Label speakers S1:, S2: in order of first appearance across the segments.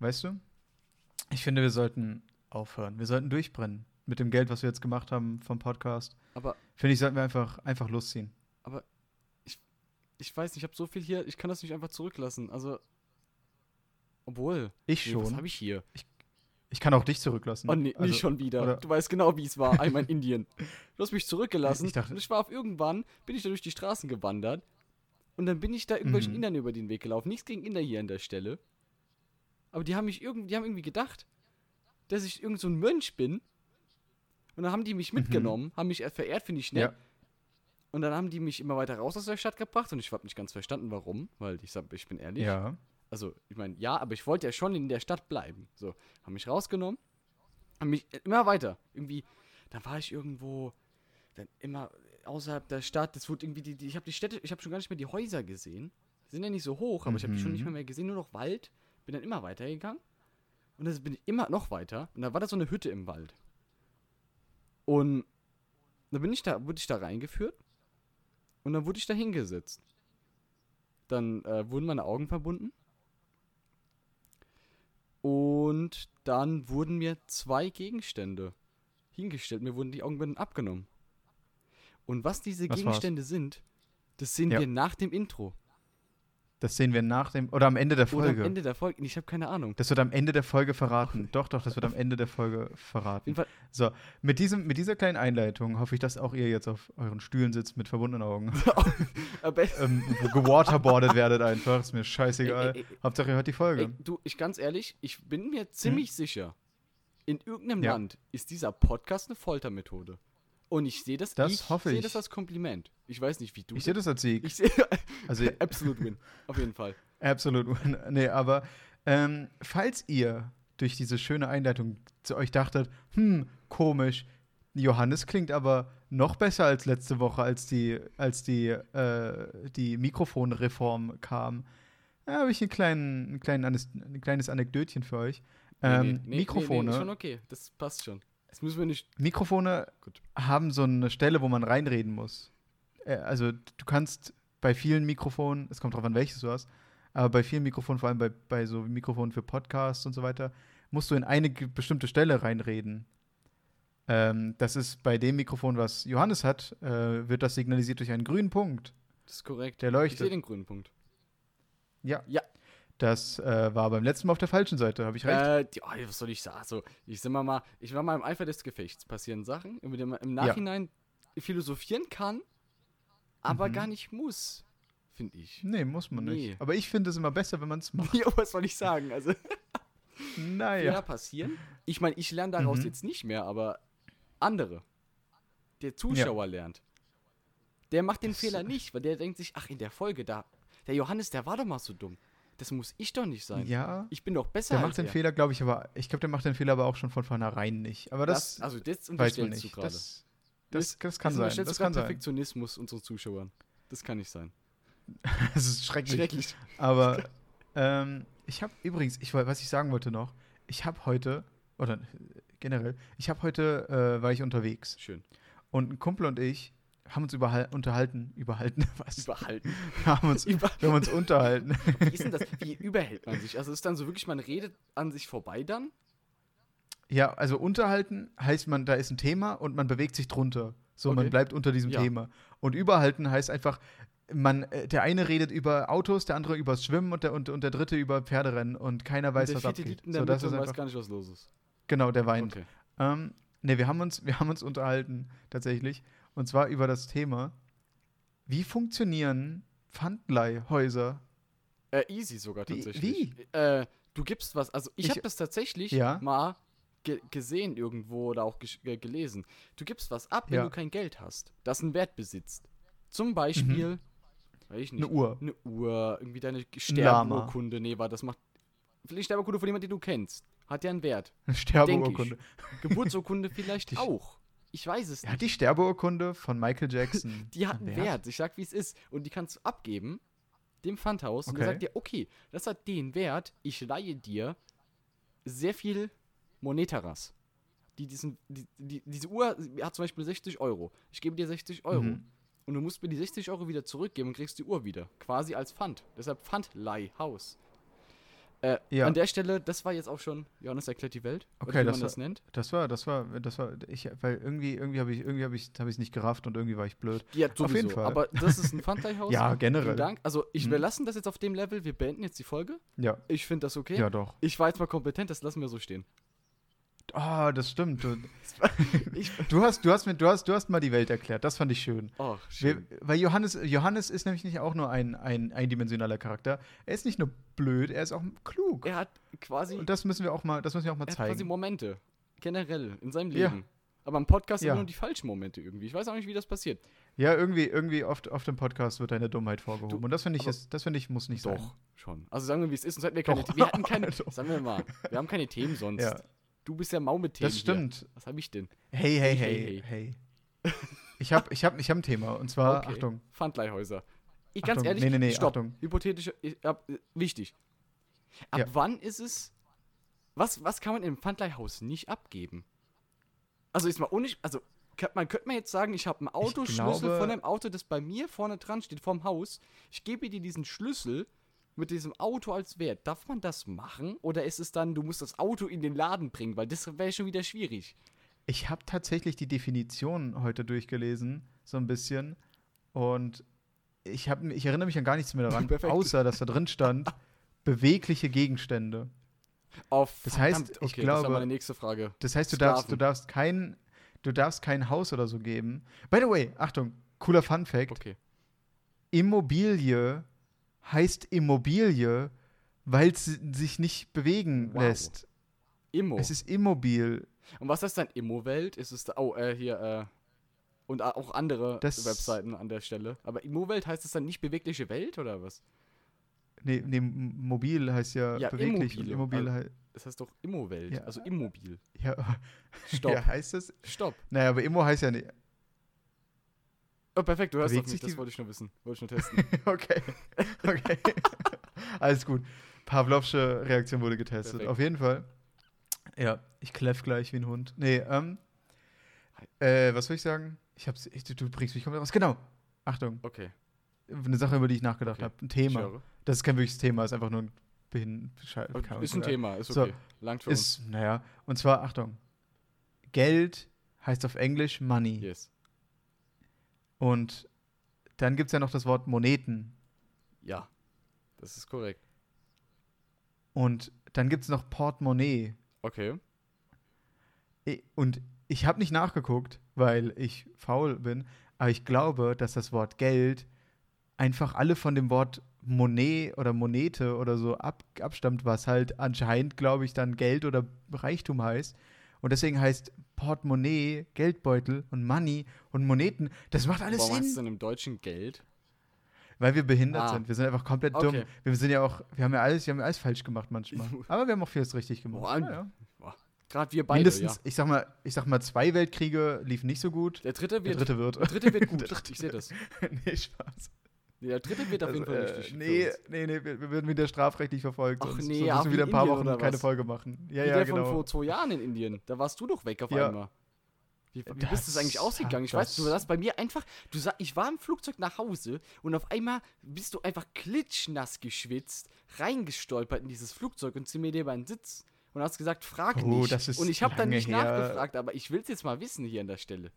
S1: Weißt du? Ich finde, wir sollten aufhören. Wir sollten durchbrennen. Mit dem Geld, was wir jetzt gemacht haben vom Podcast.
S2: Aber-
S1: Finde ich, sollten wir einfach, einfach losziehen.
S2: Ich weiß nicht, ich habe so viel hier, ich kann das nicht einfach zurücklassen. Also. Obwohl.
S1: Ich
S2: Nee, was
S1: schon.
S2: habe ich hier?
S1: Ich kann auch dich zurücklassen.
S2: Oh nee,
S1: Also,
S2: nicht schon wieder.
S1: oder-
S2: du weißt genau, wie es war. Einmal in Indien. Du hast mich zurückgelassen.
S1: Ich dachte-
S2: und ich war auf irgendwann, bin ich da durch die Straßen gewandert. Und dann bin ich da irgendwelchen
S1: Mhm.
S2: Indern über den Weg gelaufen. Nichts gegen Inder hier an der Stelle. Aber die haben mich irgendwie, die haben irgendwie gedacht, dass ich irgend so ein Mönch bin. Und dann haben die mich mitgenommen, haben mich verehrt, finde ich nett.
S1: Ja.
S2: Und dann haben die mich immer weiter raus aus der Stadt gebracht und ich habe nicht ganz verstanden, warum, weil ich sag, ich bin ehrlich.
S1: Ja.
S2: Also, ich meine, ja, aber ich wollte ja schon in der Stadt bleiben. So, haben mich rausgenommen, haben mich immer weiter. Irgendwie, dann war ich irgendwo, dann immer außerhalb der Stadt. Das wurde irgendwie, die, die, ich habe die Städte, ich habe schon gar nicht mehr die Häuser gesehen. Die sind ja nicht so hoch, aber ich habe die schon
S1: Mhm.
S2: nicht mehr, mehr gesehen, nur noch Wald. Bin dann immer weitergegangen. Und dann bin ich immer noch weiter. Und da war da so eine Hütte im Wald. Und dann bin ich da, wurde ich da reingeführt. Und dann wurde ich da hingesetzt. Dann äh, wurden meine Augen verbunden. Und dann wurden mir zwei Gegenstände hingestellt. Mir wurden die Augenbinden abgenommen. Und was diese
S1: Was war's?
S2: Gegenstände sind, das sehen
S1: Ja.
S2: wir nach dem Intro.
S1: Das sehen wir nach dem. Oder am Ende der
S2: Oder am
S1: Folge.
S2: Ende der Folge. Ich habe keine Ahnung.
S1: Das wird am Ende der Folge verraten. Doch, doch, das wird am Ende der Folge verraten.
S2: jeden Fall-
S1: So, mit, diesem, mit dieser kleinen Einleitung hoffe ich, dass auch ihr jetzt auf euren Stühlen sitzt mit verbundenen Augen.
S2: Aber
S1: ähm, gewaterboardet werdet einfach. Ist mir scheißegal.
S2: Ey, ey, ey.
S1: Hauptsache, ihr hört die Folge.
S2: Ey, du, ich ganz ehrlich, ich bin mir ziemlich sicher, in irgendeinem
S1: Hm. Ja.
S2: Land ist dieser Podcast eine Foltermethode. Und ich sehe das,
S1: Das
S2: ich
S1: hoffe
S2: sehe
S1: ich.
S2: das als Kompliment. Ich weiß nicht, wie du.
S1: ich sehe das als Sieg.
S2: Ich sehe
S1: also,
S2: absolut win. Auf jeden Fall.
S1: absolut. nee, aber ähm, falls ihr durch diese schöne Einleitung zu euch dachtet, hm, komisch, Johannes klingt aber noch besser als letzte Woche, als die, als die, äh, die Mikrofonreform kam. Da habe ich einen kleinen, einen kleinen, Anes- ein kleines Anekdötchen für euch. Ähm, Mikrofone,
S2: ist schon okay. Das passt schon. Das müssen wir nicht.
S1: Mikrofone
S2: Gut.
S1: haben so eine Stelle, wo man reinreden muss. Äh, Also du kannst bei vielen Mikrofonen, es kommt drauf an, welches du hast, aber bei vielen Mikrofonen, vor allem bei, bei so Mikrofonen für Podcasts und so weiter, musst du in eine ge- bestimmte Stelle reinreden. Ähm, das ist bei dem Mikrofon, was Johannes hat, äh, wird das signalisiert durch einen grünen Punkt,
S2: Das ist korrekt.
S1: der
S2: Ich sehe
S1: leuchtet.
S2: den grünen Punkt.
S1: Das äh, war beim letzten Mal auf der falschen Seite, habe ich recht?
S2: Äh, die, oh, was soll ich sagen? Also, ich sag mal, mal, ich war mal im Eifer des Gefechts. Passieren Sachen, über die man im Nachhinein philosophieren kann, aber
S1: Mhm.
S2: gar nicht muss, finde ich.
S1: Nee, muss man nicht.
S2: nee.
S1: Aber ich finde es immer besser, wenn man es macht.
S2: Ja, was soll ich sagen? Also, Fehler
S1: Naja.
S2: passieren. Ich meine, ich lerne daraus
S1: Mhm.
S2: jetzt nicht mehr, aber andere. Der Zuschauer lernt. Der macht den
S1: Das-
S2: Fehler nicht, weil der denkt sich, ach, in der Folge da, der Johannes, der war doch mal so dumm. Das muss ich doch nicht sein.
S1: Ja.
S2: Ich bin doch besser
S1: Der
S2: als
S1: macht den
S2: er.
S1: Fehler, glaube ich, aber ich glaube, der macht den Fehler aber auch schon von vornherein nicht. Aber das,
S2: Das, also das
S1: weiß man
S2: unterstellst du
S1: nicht.
S2: gerade.
S1: Das, das, das kann
S2: Das
S1: sein.
S2: unterstellst
S1: Das
S2: du
S1: kann
S2: gerade
S1: sein.
S2: Perfektionismus unseren Zuschauern. Das kann nicht sein.
S1: Das ist schrecklich.
S2: Schrecklich.
S1: Aber ähm, ich habe übrigens, ich, woll- was ich sagen wollte noch, ich habe heute, oder äh, generell, ich habe heute, äh, war ich unterwegs
S2: Schön.
S1: und ein Kumpel und ich haben uns überhal unterhalten, überhalten, was?
S2: Überhalten.
S1: haben uns,
S2: Über
S1: wir haben uns unterhalten.
S2: Wie ist denn das? Wie überhält man sich? Also ist dann so wirklich, man redet an sich vorbei dann?
S1: Ja, also unterhalten heißt man, da ist ein Thema und man bewegt sich drunter. So,
S2: Okay.
S1: man bleibt unter diesem
S2: Ja.
S1: Thema. Und überhalten heißt einfach, man, äh, der eine redet über Autos, der andere über Schwimmen und der, und, und der dritte über Pferderennen und keiner weiß,
S2: Und der
S1: was
S2: vierte
S1: abgeht.
S2: liegt in der
S1: so, das
S2: Mitte
S1: ist
S2: und weiß
S1: einfach,
S2: gar nicht, was los ist.
S1: genau, der weint.
S2: Okay.
S1: Ähm, ne, wir haben uns, wir haben uns unterhalten tatsächlich. Und zwar über das Thema, wie funktionieren Pfandleihhäuser?
S2: Äh, easy sogar
S1: Wie-
S2: tatsächlich. Wie? Äh, du gibst was. Also ich,
S1: Ich-
S2: habe das tatsächlich
S1: Ja.
S2: mal ge gesehen irgendwo oder auch gesch- äh, gelesen. Du gibst was ab, wenn
S1: Ja.
S2: du kein Geld hast, das einen Wert besitzt. Zum Beispiel, weiß ich nicht,
S1: Mhm. Eine Uhr.
S2: eine Uhr, irgendwie deine
S1: Lama.
S2: Sterbeurkunde. Nee, war das macht. Vielleicht Sterbeurkunde von jemandem, den du kennst. Hat ja einen Wert.
S1: Eine
S2: Denk
S1: Sterbeurkunde.
S2: ich. Geburtsurkunde vielleicht
S1: Die-
S2: auch. Ich weiß es
S1: Ja,
S2: nicht.
S1: die Sterbeurkunde von Michael Jackson.
S2: Die hat
S1: einen
S2: einen Wert. Ich sag, wie es ist. Und die kannst du abgeben, dem Pfandhaus. Und der
S1: Okay.
S2: sagt dir, okay, das hat den Wert. Ich leihe dir sehr viel Monetaras. Die diesen, die, die, diese Uhr hat zum Beispiel 60 Euro. Ich gebe dir 60 Euro.
S1: Mhm.
S2: Und du musst mir die 60 Euro wieder zurückgeben und kriegst die Uhr wieder. Quasi als Pfand. Deshalb Pfandleihhaus. Äh,
S1: Ja.
S2: An der Stelle, das war jetzt auch schon Johannes erklärt die Welt. oder
S1: Okay,
S2: wie
S1: das
S2: man
S1: war-
S2: das nennt.
S1: Das war, das war, das war, ich, weil irgendwie, irgendwie habe ich, irgendwie habe ich, habe ich es nicht gerafft und irgendwie war ich blöd.
S2: Ja, sowieso.
S1: jeden Fall.
S2: Aber das ist ein Pfandleihhaus.
S1: Ja, generell.
S2: Vielen Dank. Also, ich, wir
S1: Mhm.
S2: lassen das jetzt auf dem Level. Wir beenden jetzt die Folge.
S1: Ja,
S2: Ich finde das okay.
S1: ja doch.
S2: Ich war jetzt mal kompetent, das lassen wir so stehen.
S1: Ah, das stimmt. Du,
S2: Ich,
S1: du hast, du hast mir, du hast, du hast mal die Welt erklärt. Das fand ich schön.
S2: oh, schön.
S1: Wir, weil Johannes, Johannes ist nämlich nicht auch nur ein, ein eindimensionaler Charakter. Er ist nicht nur blöd, er ist auch klug.
S2: er hat quasi,
S1: und das müssen wir auch mal, das müssen wir auch mal
S2: er hat quasi
S1: zeigen.
S2: Momente. Generell, in seinem
S1: Ja.
S2: Leben. Aber im Podcast
S1: Ja.
S2: immer nur die falschen Momente irgendwie. Ich weiß auch nicht, wie das passiert.
S1: Ja, irgendwie, irgendwie oft auf dem Podcast wird deine Dummheit vorgehoben. und das finde ich,
S2: aber-
S1: ist, das finde ich, muss nicht sein.
S2: Doch, schon. Also sagen wir, wie es ist, sonst hätten wir keine
S1: Doch.
S2: Wir hatten keine,
S1: Doch.
S2: sagen wir mal, wir haben keine Themen sonst.
S1: Ja.
S2: Du bist ja mau mit Themen.
S1: Das stimmt.
S2: Hier. Was habe ich denn?
S1: Hey, hey,
S2: Hey,
S1: hey,
S2: hey,
S1: hey. Ich habe ich hab, ich hab ein Thema und zwar,
S2: Okay.
S1: Achtung,
S2: Pfandleihhäuser. Ich ganz
S1: Achtung,
S2: ehrlich,
S1: nee, nee, nee,
S2: stopp.
S1: Achtung.
S2: Hypothetische, ich, ab, äh, wichtig. Ab
S1: Ja.
S2: wann ist es, was, was kann man im Pfandleihhaus nicht abgeben? Also ist mal ohne, also könnt- man könnte man jetzt sagen, ich habe einen Autoschlüssel
S1: glaube-
S2: von einem Auto, das bei mir vorne dran steht, vorm Haus. Ich gebe dir diesen Schlüssel mit diesem Auto als Wert. Darf man das machen? Oder ist es dann, du musst das Auto in den Laden bringen, weil das wäre schon wieder schwierig.
S1: ich habe tatsächlich die Definition heute durchgelesen, so ein bisschen. Und ich, hab, ich erinnere mich an gar nichts mehr daran,
S2: Perfekt.
S1: außer dass da drin stand, bewegliche Gegenstände.
S2: Oh,
S1: Das heißt,
S2: verdammt,
S1: ich
S2: das war
S1: glaube-
S2: meine nächste Frage.
S1: Das heißt, du darfst, du
S2: Sklaven.
S1: darfst kein, du darfst kein Haus oder so geben. By the way, Achtung, cooler Fun Fact:
S2: Okay.
S1: Immobilie heißt Immobilie, weil es sich nicht bewegen
S2: Wow. Oh.
S1: lässt.
S2: Immo.
S1: Es ist immobil.
S2: Und was ist dann Immowelt? Ist es da, oh, äh, hier, äh, und a- auch andere
S1: Das-
S2: Webseiten an der Stelle. Aber Immowelt heißt es dann nicht bewegliche Welt oder was?
S1: Nee, nee, m- mobil heißt ja,
S2: Ja,
S1: beweglich
S2: immobile.
S1: und immobil
S2: Also-
S1: heißt.
S2: Das heißt doch Immowelt,
S1: Ja.
S2: also immobil.
S1: Ja,
S2: Stopp,
S1: ja, heißt es?
S2: stopp.
S1: Naja, aber Immo heißt ja nicht.
S2: Oh, perfekt, du hörst auf
S1: Bewegt
S2: mich,
S1: sich
S2: das
S1: die-
S2: wollte ich nur wissen. Wollte ich nur testen.
S1: Okay. Okay. Alles gut. Pavlovsche Reaktion wurde getestet.
S2: Perfekt.
S1: Auf jeden Fall. Ja, ich kläff gleich wie ein Hund. Nee, ähm. Äh, was soll ich sagen? Ich hab's. Ich, du, du bringst mich komplett raus. Genau. Achtung.
S2: Okay,
S1: Eine Sache, über die ich nachgedacht
S2: Okay.
S1: habe. Ein
S2: ich
S1: Thema.
S2: höre.
S1: Das ist kein wirkliches Thema, ist einfach nur ein Behindern. Scheiße, keine Ahnung,
S2: Ist ein
S1: egal.
S2: Thema, ist
S1: So,
S2: okay. Langt für uns.
S1: Ist, naja, und zwar, Achtung, Geld heißt auf Englisch Money.
S2: Yes.
S1: Und dann gibt es ja noch das Wort Moneten.
S2: Ja, das ist korrekt.
S1: Und dann gibt es noch Portemonnaie.
S2: Okay.
S1: I- Und ich habe nicht nachgeguckt, weil ich faul bin, aber ich glaube, dass das Wort Geld einfach alle von dem Wort Monet oder Monete oder so ab, abstammt, was halt anscheinend, glaube ich, dann Geld oder Reichtum heißt. Und deswegen heißt Portemonnaie, Geldbeutel und Money und Moneten, das macht alles
S2: Warum heißt es
S1: Sinn,
S2: denn im Deutschen Geld?
S1: weil wir behindert
S2: Ah.
S1: sind. Wir sind einfach komplett
S2: Okay.
S1: dumm. Wir sind ja auch, wir haben ja alles, wir haben ja alles falsch gemacht manchmal.
S2: Ich mu-
S1: Aber wir haben auch vieles richtig gemacht.
S2: Vor allem
S1: Ja, ja.
S2: Boah. Gerade wir beide,
S1: Mindestens,
S2: ja.
S1: ich sag mal, ich sag mal, zwei Weltkriege liefen nicht so gut.
S2: Der dritte
S1: Der
S2: wird,
S1: dritte wird.
S2: der dritte wird gut,
S1: Der dritte
S2: ich sehe das.
S1: nee, Spaß.
S2: Nee, Der dritte wird auf jeden
S1: Also,
S2: Fall
S1: äh,
S2: richtig. für
S1: nee,
S2: uns.
S1: nee, nee, wir, wir würden wieder strafrechtlich verfolgt.
S2: Ach
S1: und
S2: nee,
S1: so
S2: ja,
S1: müssen
S2: wie
S1: wieder ein paar
S2: Indien
S1: Wochen
S2: oder
S1: keine
S2: was?
S1: Folge machen. Ja,
S2: Wie
S1: ja,
S2: der
S1: genau.
S2: von vor zwei Jahren in Indien. Da warst du doch weg auf
S1: Ja.
S2: einmal. Wie, wie
S1: Das
S2: bist das eigentlich ausgegangen? Ich
S1: hat
S2: weiß, du
S1: das-
S2: saßt bei mir einfach, du sa ich war im Flugzeug nach Hause und auf einmal bist du einfach klitschnass geschwitzt, reingestolpert in dieses Flugzeug und zieh mir dir beim Sitz und hast gesagt, frag
S1: Oh,
S2: nicht.
S1: das ist
S2: und ich habe dann
S1: lange
S2: nicht
S1: her.
S2: nachgefragt, aber ich will es jetzt mal wissen hier an der Stelle.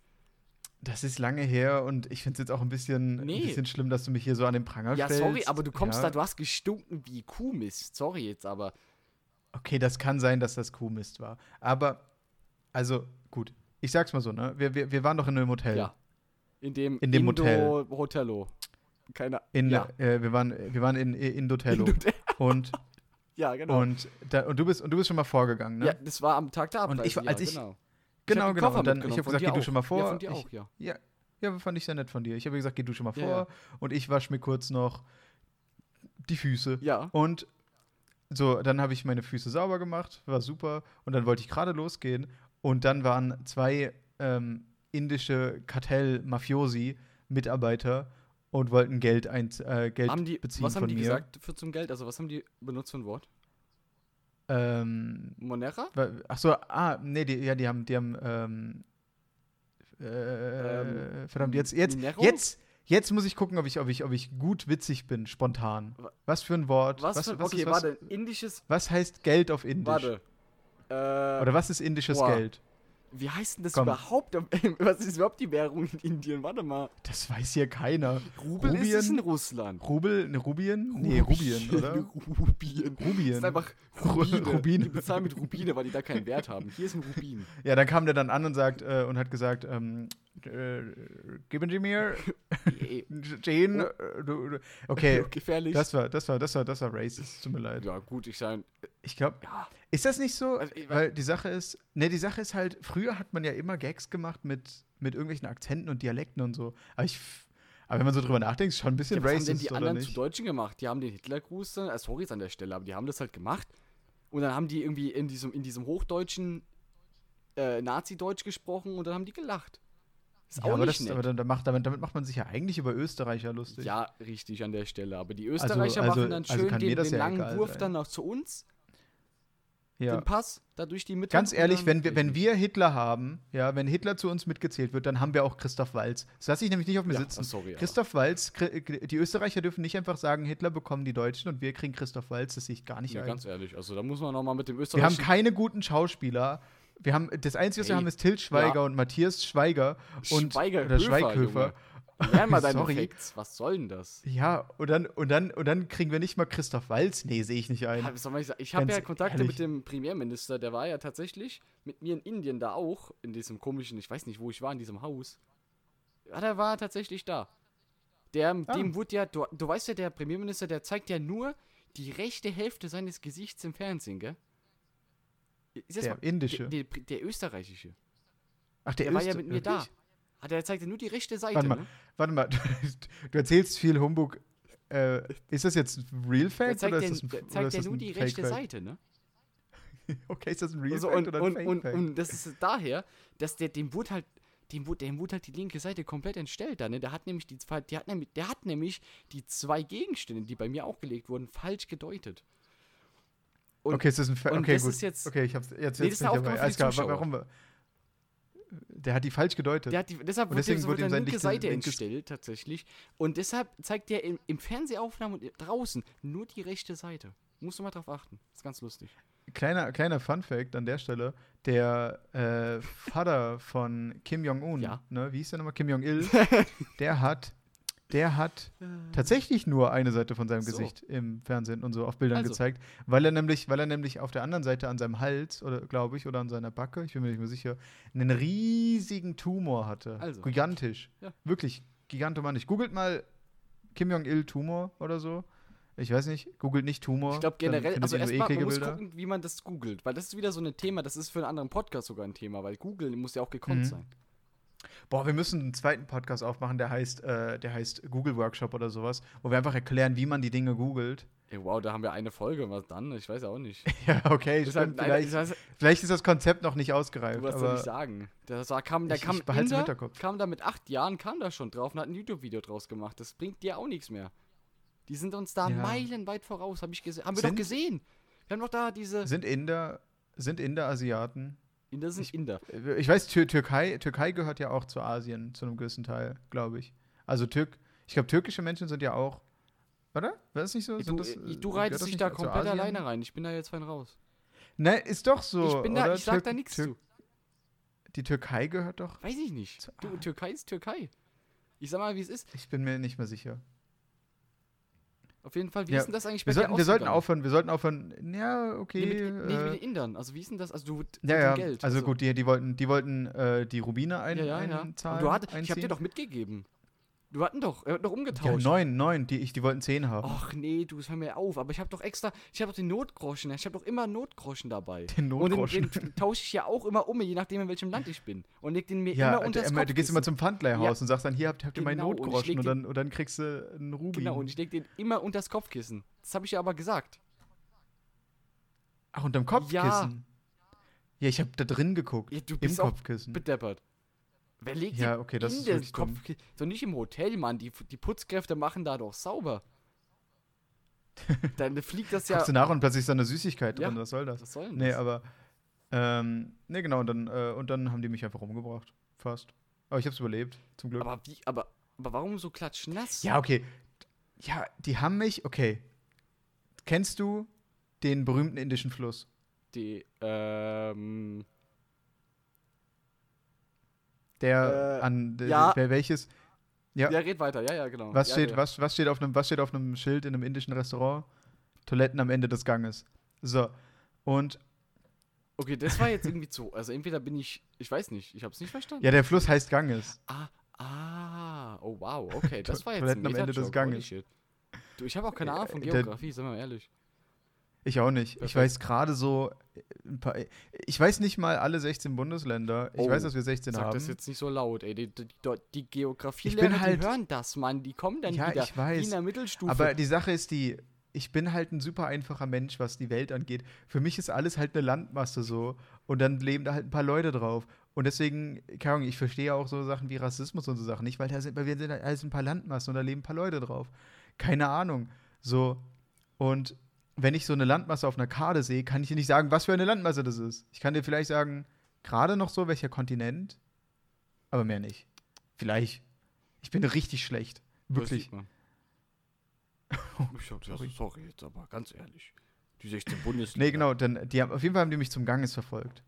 S1: Das ist lange her und ich finde es jetzt auch ein bisschen,
S2: Nee.
S1: ein bisschen schlimm, dass du mich hier so an den Pranger
S2: Ja,
S1: stellst.
S2: sorry, aber du kommst
S1: Ja.
S2: da, du hast gestunken wie Kuhmist. Sorry jetzt, aber
S1: Okay, das kann sein, dass das Kuhmist war. Aber, also, gut. Ich sag's mal so, ne? Wir, wir, wir waren doch in einem Hotel.
S2: ja. In dem,
S1: In dem Hotel.
S2: Indo- Hotello. Keine
S1: In,
S2: ja.
S1: äh, wir waren, wir waren in, äh, in Indotello.
S2: Indo-
S1: und,
S2: ja, genau.
S1: und, da, und, du bist, und du bist schon mal vorgegangen, ne?
S2: Ja, das war am Tag der
S1: Und
S2: Abreise.
S1: ich war-
S2: ja,
S1: als ich-
S2: genau.
S1: Genau,
S2: hab den
S1: genau.
S2: Koffer
S1: Und dann, ich
S2: mitgenommen,
S1: habe
S2: von
S1: gesagt,
S2: dir
S1: geh du
S2: auch.
S1: schon mal vor.
S2: Ja, von dir
S1: ich,
S2: auch, ja.
S1: Ja, ja, fand ich sehr nett von dir. Ich habe gesagt, geh du schon mal
S2: Ja,
S1: vor. Und ich wasch mir kurz noch die Füße.
S2: Ja,
S1: Und so, dann habe ich meine Füße sauber gemacht, war super. Und dann wollte ich gerade losgehen. Und dann waren zwei ähm, indische Kartell-Mafiosi-Mitarbeiter und wollten Geld, ein, äh, Geld
S2: haben die,
S1: beziehen
S2: was haben
S1: von
S2: die
S1: mir.
S2: gesagt für zum Geld? Also, was haben die benutzt für ein Wort?
S1: Ähm,
S2: Monera?
S1: wa- ach so, ah, nee, die, ja, die haben, die haben, ähm, äh,
S2: Ähm,
S1: verdammt, jetzt, jetzt,
S2: Minero?
S1: jetzt, Jetzt muss ich gucken, ob ich, ob ich, ob ich gut witzig bin, spontan. Was für ein Wort?
S2: Was, für, okay,
S1: ist, was,
S2: warte, indisches.
S1: was heißt Geld auf Indisch?
S2: Warte. Äh,
S1: Oder was ist indisches
S2: Boah.
S1: Geld?
S2: wie heißt denn das
S1: komm.
S2: überhaupt? Was ist überhaupt die Währung in Indien? Warte mal.
S1: Das weiß hier keiner.
S2: Rubel ist es in Russland.
S1: Rubel, ne Rubien? Nee, Rubien, oder?
S2: Rubien.
S1: Rubien.
S2: Das ist einfach
S1: Ru-
S2: Rubine.
S1: Rubine.
S2: Die bezahlen mit Rubine, weil die da keinen Wert haben. Hier ist ein Rubin.
S1: Ja, dann kam der dann an und sagt äh, und hat gesagt, ähm, äh, geben Sie mir
S2: Ey,
S1: Jane. Äh, du, du. Okay,
S2: E- gefährlich.
S1: das war, das war, das war, das war racist. Tut mir leid.
S2: ja, gut, ich sage.
S1: Ich glaube,
S2: Ja.
S1: ist das nicht so?
S2: Also, ich-
S1: Weil die Sache ist, ne, die Sache ist halt, früher hat man ja immer Gags gemacht mit, mit irgendwelchen Akzenten und Dialekten und so. Aber ich, f- aber wenn man so drüber nachdenkt, ist schon ein bisschen
S2: Ja, was haben
S1: racist,
S2: denn die
S1: oder
S2: anderen zu
S1: nicht?
S2: Deutschen gemacht? Die haben den Hitlergruß dann, äh, sorry ist an der Stelle, aber die haben das halt gemacht. Und dann haben die irgendwie in diesem, in diesem hochdeutschen äh, Nazi-Deutsch gesprochen und dann haben die gelacht. Ist
S1: Ja,
S2: auch
S1: aber,
S2: nicht
S1: das,
S2: nett.
S1: aber dann, dann macht, damit, damit macht man sich ja eigentlich über Österreicher lustig.
S2: ja, richtig an der Stelle. Aber die Österreicher
S1: also-
S2: machen dann
S1: also
S2: schön
S1: kann mir
S2: den,
S1: das
S2: den
S1: ja
S2: langen
S1: egal
S2: Wurf
S1: sein.
S2: dann noch zu uns,
S1: Ja.
S2: den Pass, da durch die Mitte.
S1: Ganz
S2: und
S1: ehrlich,
S2: dann-
S1: wenn wir, wenn
S2: Richtig.
S1: wir Hitler haben, ja, wenn Hitler zu uns mitgezählt wird, dann haben wir auch Christoph Walz. Das lasse ich nämlich nicht auf mir
S2: Ja,
S1: sitzen.
S2: ah, sorry, aber-
S1: Christoph Walz, Kri- die Österreicher dürfen nicht einfach sagen, Hitler bekommen die Deutschen und wir kriegen Christoph Walz, das sehe ich gar nicht
S2: Ja,
S1: ein.
S2: ganz ehrlich, also da muss man nochmal mit dem
S1: wir haben
S2: Österreichischen.
S1: keine guten Schauspieler. Wir haben, das Einzige, was wir
S2: Ey,
S1: haben, ist Til Schweiger
S2: ja.
S1: und Matthias Schweiger und
S2: Schweiger-
S1: oder
S2: Höfer,
S1: Schweighöfer.
S2: Junge. Lern mal deine
S1: Sorry.
S2: Facts. Was soll denn das?
S1: Ja, und dann, und, dann, und dann kriegen wir nicht mal Christoph Walz. Nee, sehe ich nicht ein.
S2: Ja, was soll man sagen? Ich habe
S1: Ganz
S2: ja Kontakte
S1: ehrlich.
S2: mit dem Premierminister, der war ja tatsächlich mit mir in Indien da auch, in diesem komischen, ich weiß nicht, wo ich war, in diesem Haus. Ja, der war tatsächlich da. Der,
S1: Ah.
S2: dem wurde ja, du, du weißt ja, der Premierminister, der zeigt ja nur die rechte Hälfte seines Gesichts im Fernsehen, gell? Ist das
S1: Der indische.
S2: Der, der, der österreichische.
S1: Ach,
S2: Der, war ja
S1: Öster-
S2: mit mir
S1: wirklich?
S2: da. Ah, der zeigt ja nur die rechte Seite.
S1: Warte mal,
S2: ne?
S1: warte mal. Du, du erzählst viel Humbug. Äh, ist das jetzt ein Real
S2: Der
S1: Fact
S2: zeigt,
S1: oder
S2: ja-
S1: ist das ein,
S2: der
S1: oder
S2: zeigt
S1: ist
S2: ja
S1: das
S2: nur
S1: ein
S2: die
S1: Fake
S2: rechte
S1: Fact?
S2: Seite, ne?
S1: Okay, ist das ein Real
S2: Also,
S1: Fact
S2: und,
S1: oder ein
S2: und,
S1: Fake
S2: und,
S1: Fact?
S2: und das ist daher, dass der dem wurde halt, dem wurde, dem wurde halt die linke Seite komplett entstellt da, ne? Der hat nämlich die zwei, der hat nämlich, der hat nämlich die zwei Gegenstände, die bei mir auch gelegt wurden, falsch gedeutet. und-
S1: okay, ist das ein Fa
S2: und
S1: okay,
S2: das
S1: gut.
S2: ist jetzt-
S1: okay, ich hab's jetzt, jetzt
S2: Nee, das ist
S1: bin ich
S2: eine
S1: dabei.
S2: Aufgabe für die
S1: Alles klar, wa-
S2: Zuschauer.
S1: warum? wir- Der hat die falsch gedeutet.
S2: Der hat die, deshalb
S1: Und
S2: wird
S1: deswegen
S2: ihm so
S1: wurde ihm
S2: mit der
S1: sein
S2: linke
S1: linkes-
S2: Seite
S1: linkes-
S2: entstellt, tatsächlich. Und deshalb zeigt der im, im Fernsehaufnahmen und draußen nur die rechte Seite. Musst du mal drauf achten. Ist ganz lustig.
S1: kleiner kleiner Fun Fact an der Stelle: Der äh, Vater von Kim Jong Un,
S2: Ja.
S1: ne, wie hieß der nochmal? Kim Jong Il. der hat, der hat tatsächlich nur eine Seite von seinem
S2: So.
S1: Gesicht im Fernsehen und so auf Bildern
S2: Also.
S1: gezeigt, weil er nämlich, weil er nämlich auf der anderen Seite an seinem Hals oder glaube ich oder an seiner Backe, ich bin mir nicht mehr sicher, einen riesigen Tumor hatte.
S2: Also.
S1: Gigantisch,
S2: Ja.
S1: wirklich gigantomanisch. Googelt mal Kim Jong Il Tumor oder so. Ich weiß nicht, googelt nicht Tumor.
S2: Ich glaube
S1: Oh, dann
S2: generell,
S1: findet
S2: also
S1: ihr nur
S2: erstmal, man
S1: eklige
S2: muss
S1: Bilder.
S2: gucken, wie man das googelt, weil das ist wieder so ein Thema, das ist für einen anderen Podcast sogar ein Thema, weil Google muss ja auch gekonnt
S1: Mhm.
S2: sein.
S1: Boah, wir müssen einen zweiten Podcast aufmachen, der heißt, äh, der heißt Google Workshop oder sowas, wo wir einfach erklären, wie man die Dinge googelt.
S2: Ey, wow, da haben wir eine Folge, was dann? Ich weiß auch nicht.
S1: Ja, okay,
S2: Das ist halt
S1: stimmt,
S2: leider-
S1: vielleicht,
S2: das heißt,
S1: vielleicht ist das Konzept noch nicht ausgereift.
S2: du wirst ja
S1: aber
S2: nicht sagen. Das war, kam, da
S1: Ich-
S2: kam,
S1: ich behalte es im
S2: Inder,
S1: Hinterkopf.
S2: kam da mit acht Jahren, kam da schon drauf und hat ein YouTube-Video draus gemacht. Das bringt dir auch nichts mehr. Die sind uns da
S1: Ja.
S2: meilenweit voraus, hab ich gese- haben wir doch
S1: Sind-
S2: gesehen. Wir haben doch da diese.
S1: sind Inder, sind Inder Asiaten?
S2: Inder sind Inder.
S1: Äh, Ich weiß, Tür Türkei, Türkei gehört ja auch zu Asien, zu einem gewissen Teil, glaube ich. Also Türk, ich glaube, türkische Menschen sind ja auch, oder? War das nicht so?
S2: Ey,
S1: Sind
S2: Du,
S1: das,
S2: ey,
S1: äh,
S2: du
S1: gehört
S2: reitest
S1: das
S2: dich
S1: nicht
S2: da
S1: zu
S2: komplett
S1: Asien?
S2: alleine rein. Ich bin da jetzt fein raus.
S1: Ne, ist doch so.
S2: ich bin da,
S1: oder?
S2: ich sag da
S1: Türk-
S2: nichts
S1: Türk-
S2: zu.
S1: Die Türkei gehört doch,
S2: Weiß ich nicht.
S1: Zu-
S2: Du, Türkei ist Türkei. Ich sag mal, wie es ist.
S1: ich bin mir nicht mehr sicher.
S2: Auf jeden Fall, wie
S1: Ja,
S2: ist denn das eigentlich
S1: Wir
S2: bei dir
S1: sollten, wir sollten
S2: ausgegangen?
S1: aufhören, wir sollten aufhören. Ja, okay.
S2: Nee, mit, nee,
S1: äh,
S2: mit den Indern. Also wie ist denn das? Also du mit
S1: ja, ja.
S2: dem Geld.
S1: Also gut, die, die wollten, die, wollten äh, die Rubine ein,
S2: ja, ja, ja.
S1: einzahlen.
S2: Und du hattest, ich hab
S1: einziehen.
S2: dir doch mitgegeben. Du hatten doch, er hat doch
S1: ja,
S2: umgetauscht.
S1: neun, neun, die, ich, die wollten zehn haben.
S2: Ach nee, du, hör mir auf. Aber ich habe doch extra, ich habe doch den Notgroschen. Ich habe doch immer einen Notgroschen dabei.
S1: Den Notgroschen.
S2: Und den, den tausche ich ja auch immer um, je nachdem in welchem Land ich bin. Und leg den mir
S1: ja,
S2: immer unter
S1: äh,
S2: das
S1: du gehst immer
S2: Kopfkissen.
S1: zum Pfandleihhaus und sagst dann, hier habt, habt ihr meinen
S2: Genau, und ich
S1: Notgroschen
S2: leg
S1: und
S2: den-
S1: dann, und dann kriegst du einen Rubin.
S2: Genau, und ich leg den immer unter das Kopfkissen. Das habe ich ja aber gesagt.
S1: Ach, unterm Kopfkissen. Ja. ich habe da drin geguckt.
S2: Ja, du
S1: Im
S2: bist auch
S1: Kopfkissen.
S2: bedeppert. Wer legt
S1: Hm. Ja,
S2: den
S1: okay, das
S2: in
S1: ist
S2: den
S1: wirklich dumm.
S2: Kopf? So nicht im Hotel, Mann. Die, die Putzkräfte machen da doch sauber. Dann fliegt das ja.
S1: Guckst du nach und plötzlich ist da eine Süßigkeit
S2: Ja.
S1: drin. Was soll das?
S2: Was soll denn
S1: Nee,
S2: das?
S1: aber. Ähm, nee, genau, und dann, äh, und dann haben die mich einfach umgebracht. Fast. Aber ich hab's überlebt, zum Glück.
S2: Aber wie, aber Aber warum so klatschnass?
S1: Ja, okay. Ja, die haben mich, okay. Kennst du den berühmten indischen Fluss?
S2: Die,
S1: Der
S2: ähm, Äh,
S1: an de-
S2: ja.
S1: wer welches? Ja.
S2: ja. red weiter. Ja, ja, genau.
S1: Was
S2: ja,
S1: steht,
S2: ja.
S1: was, was steht auf einem, was steht auf einem Schild in einem indischen Restaurant? Toiletten am Ende des Ganges. So. Und
S2: Okay, das war jetzt irgendwie zu. Also entweder bin ich, ich weiß nicht, ich habe es nicht verstanden.
S1: ja, der Fluss heißt Ganges.
S2: Ah, ah, oh wow, okay, das war jetzt
S1: Toiletten am Ende des
S2: Meta-Joke, holy
S1: Ganges.
S2: shit. Du, ich habe auch keine Ahnung von
S1: Äh, der-
S2: Geografie, sind wir mal ehrlich.
S1: Ich auch nicht. Ich
S2: Perfekt.
S1: weiß gerade so äh, ein paar. Ich weiß nicht mal alle 16 Bundesländer. Ich
S2: Oh,
S1: weiß, dass wir 16
S2: Sag
S1: haben.
S2: das jetzt nicht so laut, ey. Die, die, die- die
S1: Ich
S2: Geografielehrer,
S1: bin halt-
S2: die hören das, Mann. Die kommen dann
S1: Ja,
S2: wieder.
S1: ich weiß.
S2: Die in der Mittelstufe.
S1: Aber die Sache ist die, ich bin halt ein super einfacher Mensch, was die Welt angeht. Für mich ist alles halt eine Landmasse so. Und dann leben da halt ein paar Leute drauf. Und deswegen, keine Ahnung, ich verstehe auch so Sachen wie Rassismus und so Sachen nicht, weil, da sind, weil wir sind halt alles ein paar Landmassen und da leben ein paar Leute drauf. Keine Ahnung. So. Und wenn ich so eine Landmasse auf einer Karte sehe, kann ich dir nicht sagen, was für eine Landmasse das ist. Ich kann dir vielleicht sagen, gerade noch so, welcher Kontinent, aber mehr nicht. Vielleicht. Ich bin richtig schlecht.
S2: Das
S1: Wirklich.
S2: sieht man. Ich hab, sorry. sorry jetzt, aber ganz ehrlich. Die 16 Bundesliga.
S1: Nee, genau, dann, die haben, auf jeden Fall haben die mich zum Ganges verfolgt.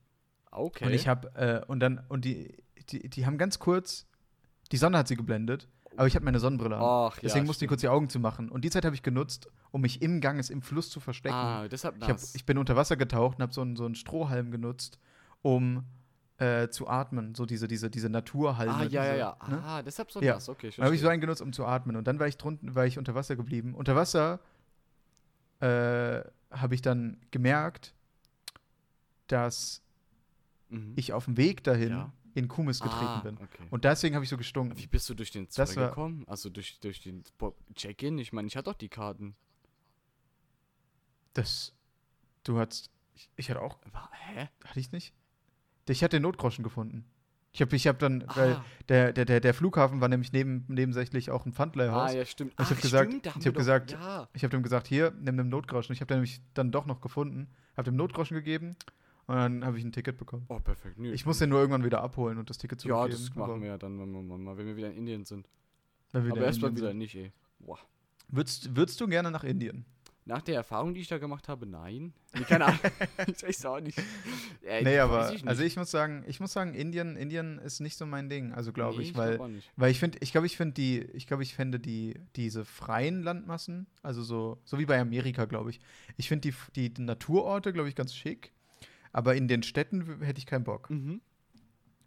S2: Ah, Okay.
S1: Und ich habe, äh, und dann, und die, die, die haben ganz kurz, die Sonne hat sie geblendet, aber ich hatte meine Sonnenbrille an.
S2: Ach, Oh, ja,
S1: Deswegen musste ich
S2: stimmt.
S1: kurz die Augen zumachen. Und die Zeit habe ich genutzt, um mich im Ganges, im Fluss zu verstecken.
S2: Ah, deshalb
S1: ich, hab,
S2: nass.
S1: ich bin unter Wasser getaucht und habe so einen, so einen Strohhalm genutzt, um äh, zu atmen. So diese, diese, diese Naturhalme.
S2: ah, ja, ja,
S1: diese,
S2: ja.
S1: Ne?
S2: Ah, deshalb so
S1: Ja.
S2: nass. Okay, ich
S1: Dann habe ich so
S2: verstehe.
S1: einen genutzt, um zu atmen. Und dann war ich drunten, war ich unter Wasser geblieben. Unter Wasser äh, habe ich dann gemerkt, dass
S2: mhm.
S1: ich auf dem Weg dahin
S2: Ja.
S1: in Kumis getreten
S2: ah,
S1: bin.
S2: Okay.
S1: Und deswegen habe ich so gestunken.
S2: Wie bist du durch den
S1: Das
S2: Zoll
S1: war-
S2: gekommen? Also durch, durch den Bo- Check-in? Ich meine, ich hatte doch die Karten.
S1: Das, du hattest, ich, ich hatte auch,
S2: Wa- Hä?
S1: hatte ich nicht? Ich hatte den Notgroschen gefunden. Ich habe ich hab dann, weil
S2: Ah.
S1: der, der, der, der Flughafen war nämlich neben, nebensächlich auch ein Pfandleihhaus.
S2: Ah, ja, stimmt.
S1: Ich
S2: Ach,
S1: hab gesagt-
S2: stimmt, da haben
S1: ich
S2: wir
S1: hab
S2: doch-
S1: gesagt,
S2: Ja.
S1: Ich habe dem gesagt, hier, nimm den Notgroschen. Ich habe den nämlich dann doch noch gefunden, habe dem Notgroschen gegeben und dann habe ich ein Ticket bekommen.
S2: Oh, perfekt. Nö,
S1: Ich muss den nur irgendwann wieder abholen und das Ticket
S2: Ja,
S1: zurückgeben.
S2: das
S1: aber
S2: machen wir ja dann, wenn wir, wenn wir- wenn wir wieder in Indien sind.
S1: wenn wir
S2: Aber
S1: wieder in
S2: erstmal
S1: Indien
S2: wieder
S1: sind.
S2: nicht, ey. Boah.
S1: Würdest, würdest du gerne nach Indien?
S2: Nach der Erfahrung, die ich da gemacht habe, nein. Nee, keine Ahnung. ich weiß auch nicht. Äh,
S1: nee,
S2: weiß
S1: aber
S2: ich nicht.
S1: also ich muss sagen, ich muss sagen, Indien, Indien ist nicht so mein Ding, also glaube
S2: Nee,
S1: ich, weil
S2: glaub auch nicht.
S1: weil ich finde, ich glaube, ich finde die, ich glaube, ich fände die diese freien Landmassen, also so so wie bei Amerika, glaube ich. Ich finde die die Naturorte, glaube ich, ganz schick, aber in den Städten w- hätte ich keinen Bock,
S2: Mhm.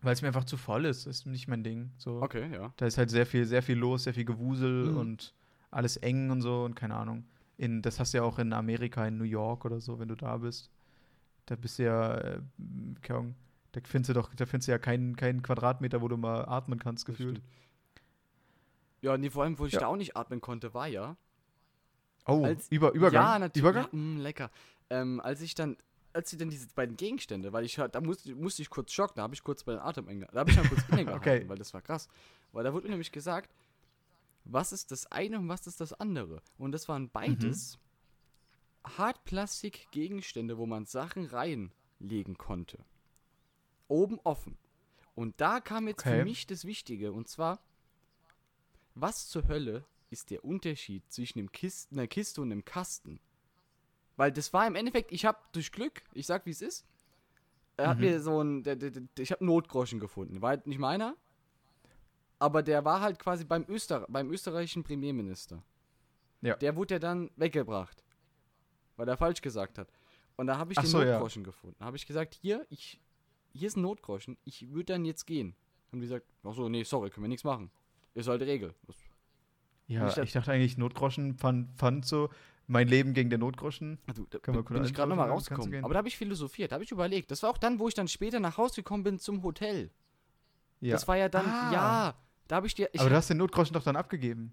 S1: weil es mir einfach zu voll ist, ist nicht mein Ding, so.
S2: Okay, ja.
S1: Da ist halt sehr viel sehr viel los, sehr viel Gewusel
S2: Mhm.
S1: und alles eng und so und keine Ahnung. In, das hast du ja auch in Amerika, in New York oder so, wenn du da bist. Da bist du ja, äh, keine Ahnung, da findest du doch, da findest du ja keinen, keinen Quadratmeter, wo du mal atmen kannst,
S2: das
S1: gefühlt.
S2: stimmt. Ja, nee, vor allem, wo ich
S1: Ja.
S2: da auch nicht atmen konnte, war ja.
S1: Oh,
S2: Als-
S1: über, Übergang.
S2: Ja, natürlich.
S1: Übergang?
S2: Ja, mm, lecker. Ähm, als ich dann, als sie dann diese beiden Gegenstände, weil ich halt- da musste, musste ich kurz schocken, da habe ich kurz bei den Atem eingehalten. Da habe ich dann kurz innegehalten,
S1: Okay.
S2: weil das war krass. Weil da wurde mir nämlich gesagt, was ist das eine und was ist das andere? Und das waren beides
S1: Mhm.
S2: Hartplastik-Gegenstände, wo man Sachen reinlegen konnte. Oben offen. Und da kam jetzt
S1: Okay.
S2: für mich das Wichtige, und zwar, was zur Hölle ist der Unterschied zwischen einem Kist, einer Kiste und einem Kasten? Weil das war im Endeffekt, ich habe durch Glück, ich sag wie es ist, er hat mir so ein, der, der, der, ich habe Notgroschen gefunden, war halt nicht meiner, aber der war halt quasi beim, Öster, beim österreichischen Premierminister.
S1: Ja.
S2: Der wurde ja dann weggebracht, weil er falsch gesagt hat. Und da habe ich
S1: Ach
S2: den
S1: so, ja.
S2: Notgroschen gefunden. Da habe ich gesagt, hier, ich, hier ist ein Notgroschen, ich würde dann jetzt gehen. Haben die gesagt, ach so, nee, sorry, können wir nichts machen. Ist halt Regel. Was-
S1: Ja,
S2: Nicht, dass-
S1: ich dachte eigentlich Notgroschen, Pfand, Pfand so, mein Leben gegen den Notgroschen.
S2: Also, da
S1: Können wir
S2: bin,
S1: kurz
S2: bin ich
S1: einschlafen,
S2: gerade nochmal
S1: oder? Kannst du gehen?
S2: rausgekommen. Aber da habe ich philosophiert, da habe ich überlegt. Das war auch dann, wo ich dann später nach Hause gekommen bin zum Hotel.
S1: Ja.
S2: Das war ja dann,
S1: Ah.
S2: ja, da habe ich dir, ich,
S1: aber du hast den Notgroschen doch dann abgegeben.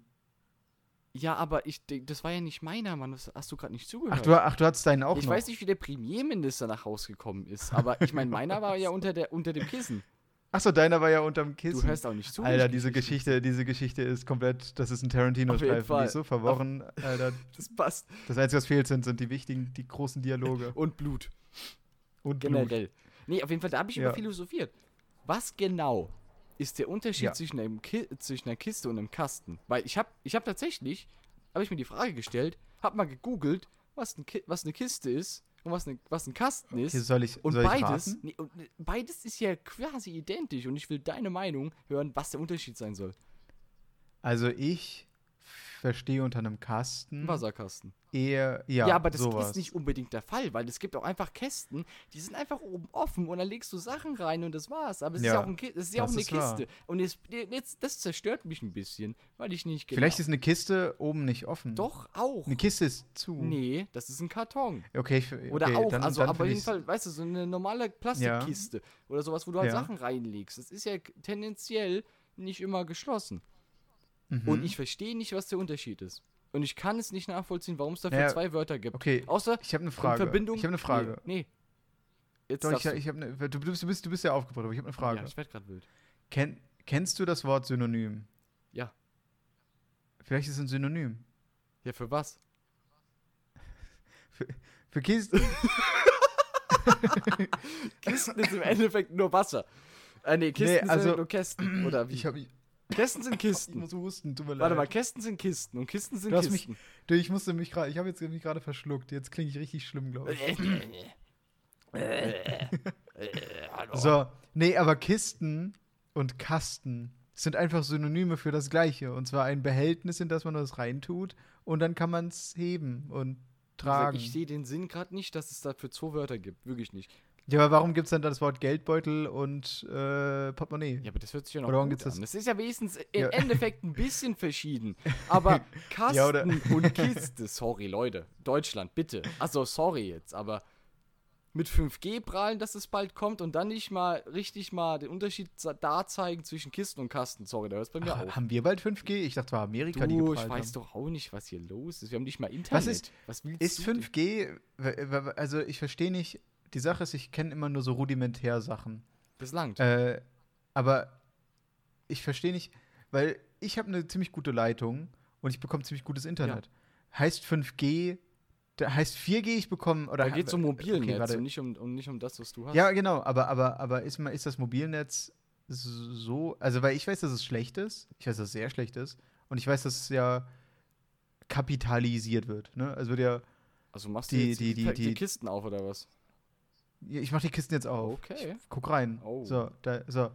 S2: ja, aber ich, denk, das war ja nicht meiner, Mann, das hast du gerade nicht zugehört.
S1: Ach du, ach, du hattest deinen auch
S2: ich
S1: noch.
S2: weiß nicht, wie der Premierminister nach Hause gekommen ist, aber ich meine, meiner war ja unter, der, unter dem Kissen.
S1: Ach so, deiner war ja unterm
S2: Du
S1: Kissen.
S2: hörst auch nicht zu. wenn
S1: Alter,
S2: ich
S1: diese
S2: Geschichten-
S1: Geschichte, diese Geschichte ist komplett, das ist ein
S2: Auf jeden
S1: Tarantino-Streifen, die
S2: Fall.
S1: ist so verworren, Alter.
S2: Das passt.
S1: Das Einzige, was fehlt, sind, sind die wichtigen, die großen Dialoge.
S2: Und Blut.
S1: Und Blut.
S2: Genau, Generell. Nee, auf jeden Fall, da habe ich
S1: Ja.
S2: über philosophiert. Was genau ist der Unterschied
S1: Ja.
S2: zwischen, einem Ki zwischen einer Kiste und einem Kasten. Weil ich habe ich hab tatsächlich, habe ich mir die Frage gestellt, habe mal gegoogelt, was, ein Ki was eine Kiste ist und was, eine, was ein Kasten ist.
S1: Okay, soll ich,
S2: Und
S1: soll ich
S2: beides,
S1: raten?
S2: nee, und äh, beides ist ja quasi identisch und ich will deine Meinung hören, was der Unterschied sein soll.
S1: Also ich verstehe unter einem Kasten
S2: Ein Wasserkasten.
S1: eher ja,
S2: Ja, aber das
S1: sowas.
S2: ist nicht unbedingt der Fall, weil es gibt auch einfach Kästen, die sind einfach oben offen und da legst du Sachen rein und das war's. Aber es ist
S1: Ja,
S2: ja auch, ein Ki es ist ja auch
S1: das
S2: eine
S1: ist wahr.
S2: Kiste. Und jetzt, jetzt, das zerstört mich ein bisschen, weil ich nicht genau.
S1: Vielleicht ist eine Kiste oben nicht offen.
S2: Doch auch.
S1: Eine Kiste ist zu.
S2: Nee, das ist ein Karton.
S1: Okay, ich, okay,
S2: Oder auch,
S1: dann,
S2: also
S1: dann
S2: aber auf
S1: find
S2: jeden
S1: ich's-
S2: Fall, weißt du, so eine normale Plastikkiste oder sowas, wo du halt
S1: Ja.
S2: Sachen reinlegst. Das ist ja k- tendenziell nicht immer geschlossen.
S1: mhm.
S2: Und ich verstehe nicht, was der Unterschied ist. Und ich kann es nicht nachvollziehen, warum es dafür
S1: Naja,
S2: zwei Wörter gibt.
S1: Okay,
S2: Außer
S1: ich habe eine
S2: in
S1: Frage.
S2: Verbindung.
S1: Ich habe eine Frage.
S2: Nee. nee. Jetzt
S1: Doch, ich,
S2: darfst du.
S1: ich hab ne, du, bist, du, bist, du bist ja aufgebracht, aber ich habe eine Frage.
S2: Ja, ich werd grad wild.
S1: Ken, kennst du das Wort Synonym?
S2: Ja.
S1: Vielleicht ist es ein Synonym.
S2: Ja, für was?
S1: Für Kisten.
S2: Kisten ist im Endeffekt nur Wasser. Äh, nee, Kisten
S1: Nee,
S2: sind
S1: also-
S2: halt nur Kästen. Oder wie?
S1: ich, hab, ich
S2: Kästen sind Kisten.
S1: muss husten, tut mir leid.
S2: Warte mal, Kästen sind Kisten und Kisten sind
S1: Du hast mich-
S2: Kisten.
S1: Du, ich musste mich gerade, ich habe jetzt mich gerade verschluckt. Jetzt klinge ich richtig schlimm, glaube ich.
S2: Also
S1: So, nee, aber Kisten und Kasten sind einfach Synonyme für das Gleiche. Und zwar ein Behältnis, in das man was reintut und dann kann man es heben und tragen.
S2: Ich sehe den Sinn gerade nicht, dass es dafür zwei Wörter gibt. Wirklich nicht.
S1: ja, aber warum gibt es dann das Wort Geldbeutel und äh, Portemonnaie?
S2: Ja, aber das hört sich ja noch
S1: Oder warum
S2: gut
S1: gibt's das-
S2: an. Das ist ja wenigstens im
S1: Ja.
S2: Endeffekt ein bisschen verschieden. Aber Kasten
S1: Ja, oder-
S2: und Kiste, sorry, Leute. Deutschland, bitte. Also, sorry jetzt, aber mit 5G prahlen, dass es bald kommt und dann nicht mal richtig mal den Unterschied za- da zeigen zwischen Kisten und Kasten. Sorry, da hört es bei mir
S1: Ach,
S2: auf.
S1: haben wir bald 5G? Ich dachte, war Amerika, die
S2: Du,
S1: geprahlt
S2: ich
S1: haben.
S2: weiß doch auch nicht, was hier los ist. Wir haben nicht mal Internet.
S1: ist-
S2: was willst
S1: Ist
S2: du
S1: 5G, w- w- also ich verstehe nicht, die Sache ist, ich kenne immer nur so rudimentär Sachen.
S2: denn? Bislang.
S1: Äh, aber ich verstehe nicht, weil ich habe eine ziemlich gute Leitung und ich bekomme ziemlich gutes Internet. Heißt 5G, da heißt 4G, ich bekomme oder äh,
S2: da geht es um
S1: okay,
S2: Mobilnetz
S1: warte.
S2: und nicht um, um, nicht um das, was du hast.
S1: Ja, genau, aber, aber, aber ist, ma- ist das Mobilnetz so, also weil ich weiß, dass es schlecht ist, ich weiß, dass es sehr schlecht ist und ich weiß, dass es ja kapitalisiert wird, ne? Also wird ja
S2: Also machst du
S1: Die-
S2: jetzt
S1: die- die- die-
S2: Kisten auf oder was?
S1: Ja, Ich mache die Kisten jetzt auf.
S2: Okay.
S1: Ich guck rein.
S2: Oh.
S1: So, da, so.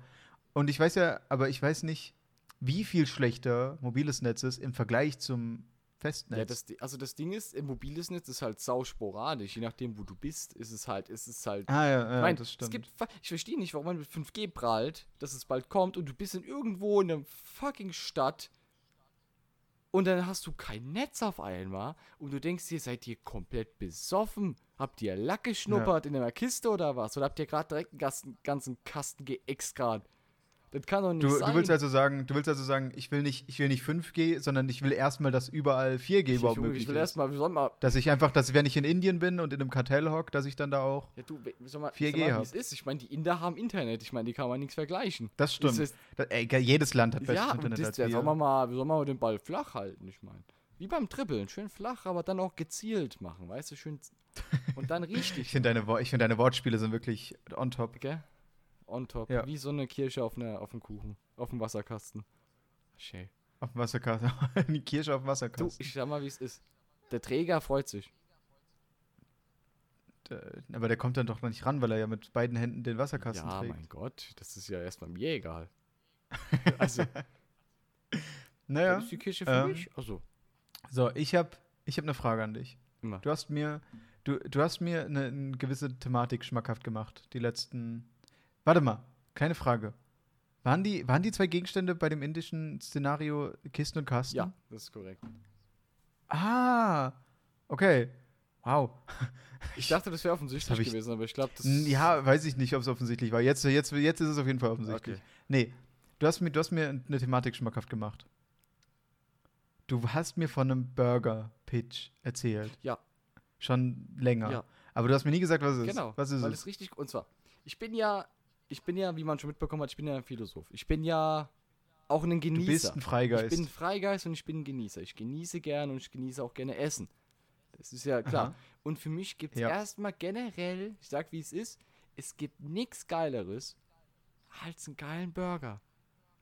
S1: Und ich weiß ja, aber ich weiß nicht, wie viel schlechter mobiles Netz ist im Vergleich zum Festnetz.
S2: Ja, das, Di- also das Ding ist, im mobiles Netz ist halt sau sporadisch. Je nachdem, wo du bist, ist es halt, ist es halt.
S1: ah, ja, ja
S2: ich mein,
S1: das
S2: es
S1: stimmt.
S2: gibt, fa- ich verstehe nicht, warum man mit 5G prahlt, dass es bald kommt und du bist in irgendwo in einer fucking Stadt und dann hast du kein Netz auf einmal und du denkst dir, seid ihr komplett besoffen? Habt ihr Lack geschnuppert in einer Kiste oder was? Oder habt ihr gerade direkt einen ganzen, ganzen Kasten geexkert? Das kann doch nicht
S1: du,
S2: sein.
S1: du willst also sagen, du willst also sagen, ich will nicht, ich will nicht 5G, sondern ich will erstmal, dass überall 4G
S2: ich,
S1: überhaupt
S2: ich,
S1: möglich
S2: ich will
S1: ist.
S2: erstmal, wir sollen mal
S1: Dass ich einfach, dass wenn ich in Indien bin und in einem Kartell hock, dass ich dann da auch.
S2: Ja, du, we- sag mal,
S1: 4G
S2: sag mal
S1: hab.
S2: wie es ist. Ich meine, die Inder haben Internet. Ich meine, die kann man nichts vergleichen.
S1: Das stimmt.
S2: Ist
S1: da, ey, ge- jedes Land hat
S2: es,
S1: besseres
S2: ja, und
S1: Internet
S2: das,
S1: als
S2: ja,
S1: wir.
S2: sollen wir mal, wir sollen mal den Ball flach halten, ich meine. Wie beim Dribbeln, schön flach, aber dann auch gezielt machen, weißt du, schön. z- Und dann
S1: Ich
S2: richtig,
S1: finde deine, Wo- ich find deine Wortspiele sind wirklich on top.
S2: gell? On top,
S1: Ja.
S2: wie so eine Kirsche auf, einer auf dem Kuchen, auf dem Wasserkasten. Schön.
S1: Auf dem Wasserkasten. Die Kirsche auf dem
S2: Du,
S1: Wasserkasten.
S2: ich sag mal, wie es ist. Der Träger freut sich.
S1: Äh, Aber der kommt dann doch noch nicht ran, weil er ja mit beiden Händen den Wasserkasten
S2: ja,
S1: trägt.
S2: mein Gott, das ist ja erstmal mir egal. Also,
S1: Naja.
S2: ist die Kirsche für
S1: ähm,
S2: mich? Achso,
S1: So, ich habe ich hab eine Frage an dich.
S2: immer.
S1: Du hast mir, du, du hast mir eine, eine gewisse Thematik schmackhaft gemacht, die letzten. Warte mal, kleine Frage. Waren die, waren die zwei Gegenstände bei dem indischen Szenario Kisten und Kasten?
S2: Ja, das ist korrekt.
S1: Ah, okay. Wow.
S2: Ich dachte, das wäre offensichtlich
S1: hab ich-
S2: gewesen, aber ich glaube, das
S1: N- Ja, weiß ich nicht, ob es offensichtlich war. Jetzt, jetzt, jetzt ist es auf jeden Fall offensichtlich.
S2: Okay.
S1: Nee, du hast, mir, du hast mir eine Thematik schmackhaft gemacht. Du hast mir von einem Burger-Pitch erzählt.
S2: Ja.
S1: Schon länger.
S2: Ja.
S1: Aber du hast mir nie gesagt, was es ist.
S2: genau.
S1: Was ist
S2: weil
S1: es?
S2: es richtig und zwar, ich bin ja, ich bin ja, wie man schon mitbekommen hat, ich bin ja ein Philosoph. Ich bin ja auch ein
S1: Du bist
S2: Genießer.
S1: ein
S2: ich
S1: Freigeist.
S2: bin ein Freigeist und ich bin ein Genießer. Ich genieße gern und ich genieße auch gerne Essen. Das ist ja klar.
S1: Aha.
S2: Und für mich gibt es
S1: Ja.
S2: erstmal generell, ich sag wie es ist, es gibt nichts Geileres als einen geilen Burger.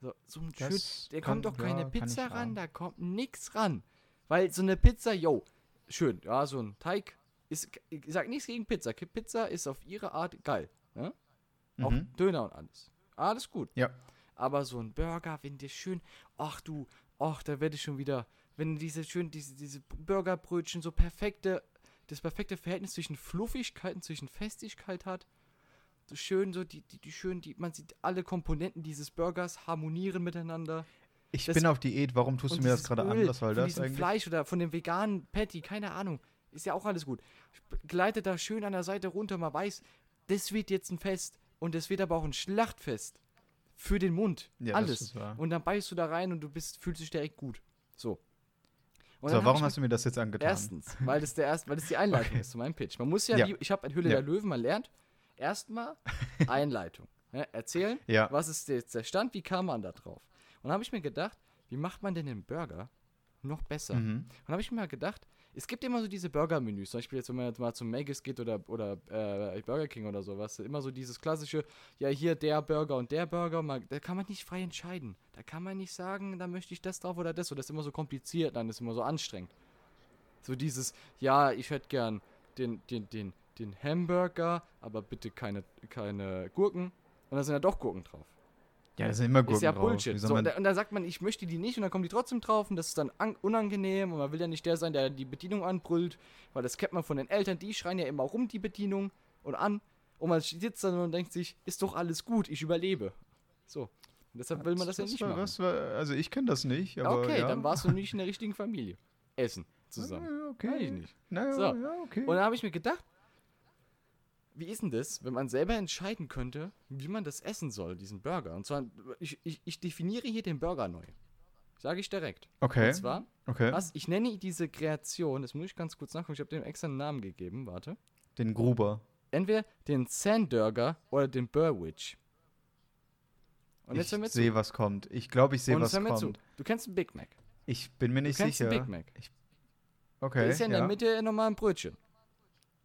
S2: So, so ein schön,
S1: Das
S2: da
S1: kann-
S2: kommt doch keine
S1: ja, kann ich
S2: Pizza ran,
S1: sagen.
S2: da kommt nix ran. Weil so eine Pizza, yo, schön, ja, so ein Teig ist, ich sag nichts gegen Pizza. Ki- Pizza ist auf ihre Art geil. Ne? Auch
S1: Mhm.
S2: Döner und alles. Alles gut.
S1: Ja.
S2: Aber so ein Burger, wenn dir schön, ach du, ach, da werde ich schon wieder, wenn diese schön, diese, diese Burgerbrötchen so perfekte, das perfekte Verhältnis zwischen Fluffigkeit und zwischen Festigkeit hat. So schön, so die, die, die schön, die, man sieht alle Komponenten dieses Burgers harmonieren miteinander.
S1: Ich
S2: Das-
S1: bin auf Diät, warum tust
S2: Und
S1: du mir das
S2: dieses
S1: gerade an?
S2: Öl
S1: Was soll
S2: von
S1: das
S2: diesem
S1: eigentlich?
S2: Fleisch oder von dem veganen Patty, keine Ahnung. Ist ja auch alles gut. Gleitet da schön an der Seite runter, man weiß, das wird jetzt ein Fest und das wird aber auch ein Schlachtfest. Für den Mund.
S1: Ja, das
S2: alles.
S1: ist wahr.
S2: und dann beißt du da rein und du bist, fühlst dich direkt gut. So. Und dann
S1: so,
S2: hab
S1: warum
S2: ich
S1: hast du mir das jetzt angetan?
S2: Erstens, weil das, der erste, weil das die Einleitung ist zu meinem Pitch. Man muss ja,
S1: Ja.
S2: die- ich habe in Hülle
S1: Ja.
S2: der Löwen, man lernt erstmal Einleitung. Ne? Erzählen,
S1: Ja.
S2: was ist jetzt der Stand, wie kam man da drauf? Und dann habe ich mir gedacht, wie macht man denn den Burger noch besser?
S1: Mhm.
S2: Und dann habe ich mir mal gedacht, es gibt immer so diese Burger-Menüs. Zum Beispiel jetzt, wenn man jetzt mal zum Maggis geht oder, oder äh, Burger King oder sowas. Immer so dieses klassische, ja, hier der Burger und der Burger. Mal, da kann man nicht frei entscheiden. Da kann man nicht sagen, da möchte ich das drauf oder das. Oder das ist immer so kompliziert, dann ist immer so anstrengend. So dieses, ja, ich hätte gern den, den, den, den Hamburger, aber bitte keine, keine Gurken. Und da sind ja doch Gurken drauf.
S1: Ja, das sind immer Gurken
S2: Ist ja
S1: drauf.
S2: Bullshit.
S1: Wie soll
S2: So, und,
S1: man-
S2: da- und dann sagt man, ich möchte die nicht und dann kommen die trotzdem drauf und das ist dann an, unangenehm und man will ja nicht der sein, der die Bedienung anbrüllt, weil das kennt man von den Eltern, die schreien ja immer rum die Bedienung und an und man sitzt dann und denkt sich, ist doch alles gut, ich überlebe. So. Und deshalb will man das ja
S1: Was
S2: nicht
S1: war-
S2: machen.
S1: was war, also ich kenne das nicht, aber
S2: okay,
S1: ja.
S2: dann warst du nicht in der richtigen Familie. Essen zusammen.
S1: Ja, Okay.
S2: Weiß ich nicht.
S1: Naja,
S2: So.
S1: ja, okay.
S2: Und dann habe ich mir gedacht, wie ist denn das, wenn man selber entscheiden könnte, wie man das essen soll, diesen Burger? Und zwar, ich, ich, ich definiere hier den Burger neu. Sage ich direkt.
S1: okay.
S2: Und zwar,
S1: okay.
S2: was, ich nenne diese Kreation, das muss ich ganz kurz nachgucken, ich habe dem extra einen Namen gegeben, warte.
S1: Den Gruber.
S2: Entweder den Sandburger oder den Burwich. Und jetzt hör mir
S1: ich
S2: zu.
S1: sehe, was kommt. Ich glaube, ich sehe,
S2: Und
S1: was
S2: jetzt hör mir
S1: kommt.
S2: zu. Du kennst einen Big Mac.
S1: Ich bin mir
S2: Du
S1: nicht
S2: kennst
S1: sicher.
S2: einen Big Mac.
S1: Okay.
S2: Der ist ja in der Mitte nochmal ein Brötchen.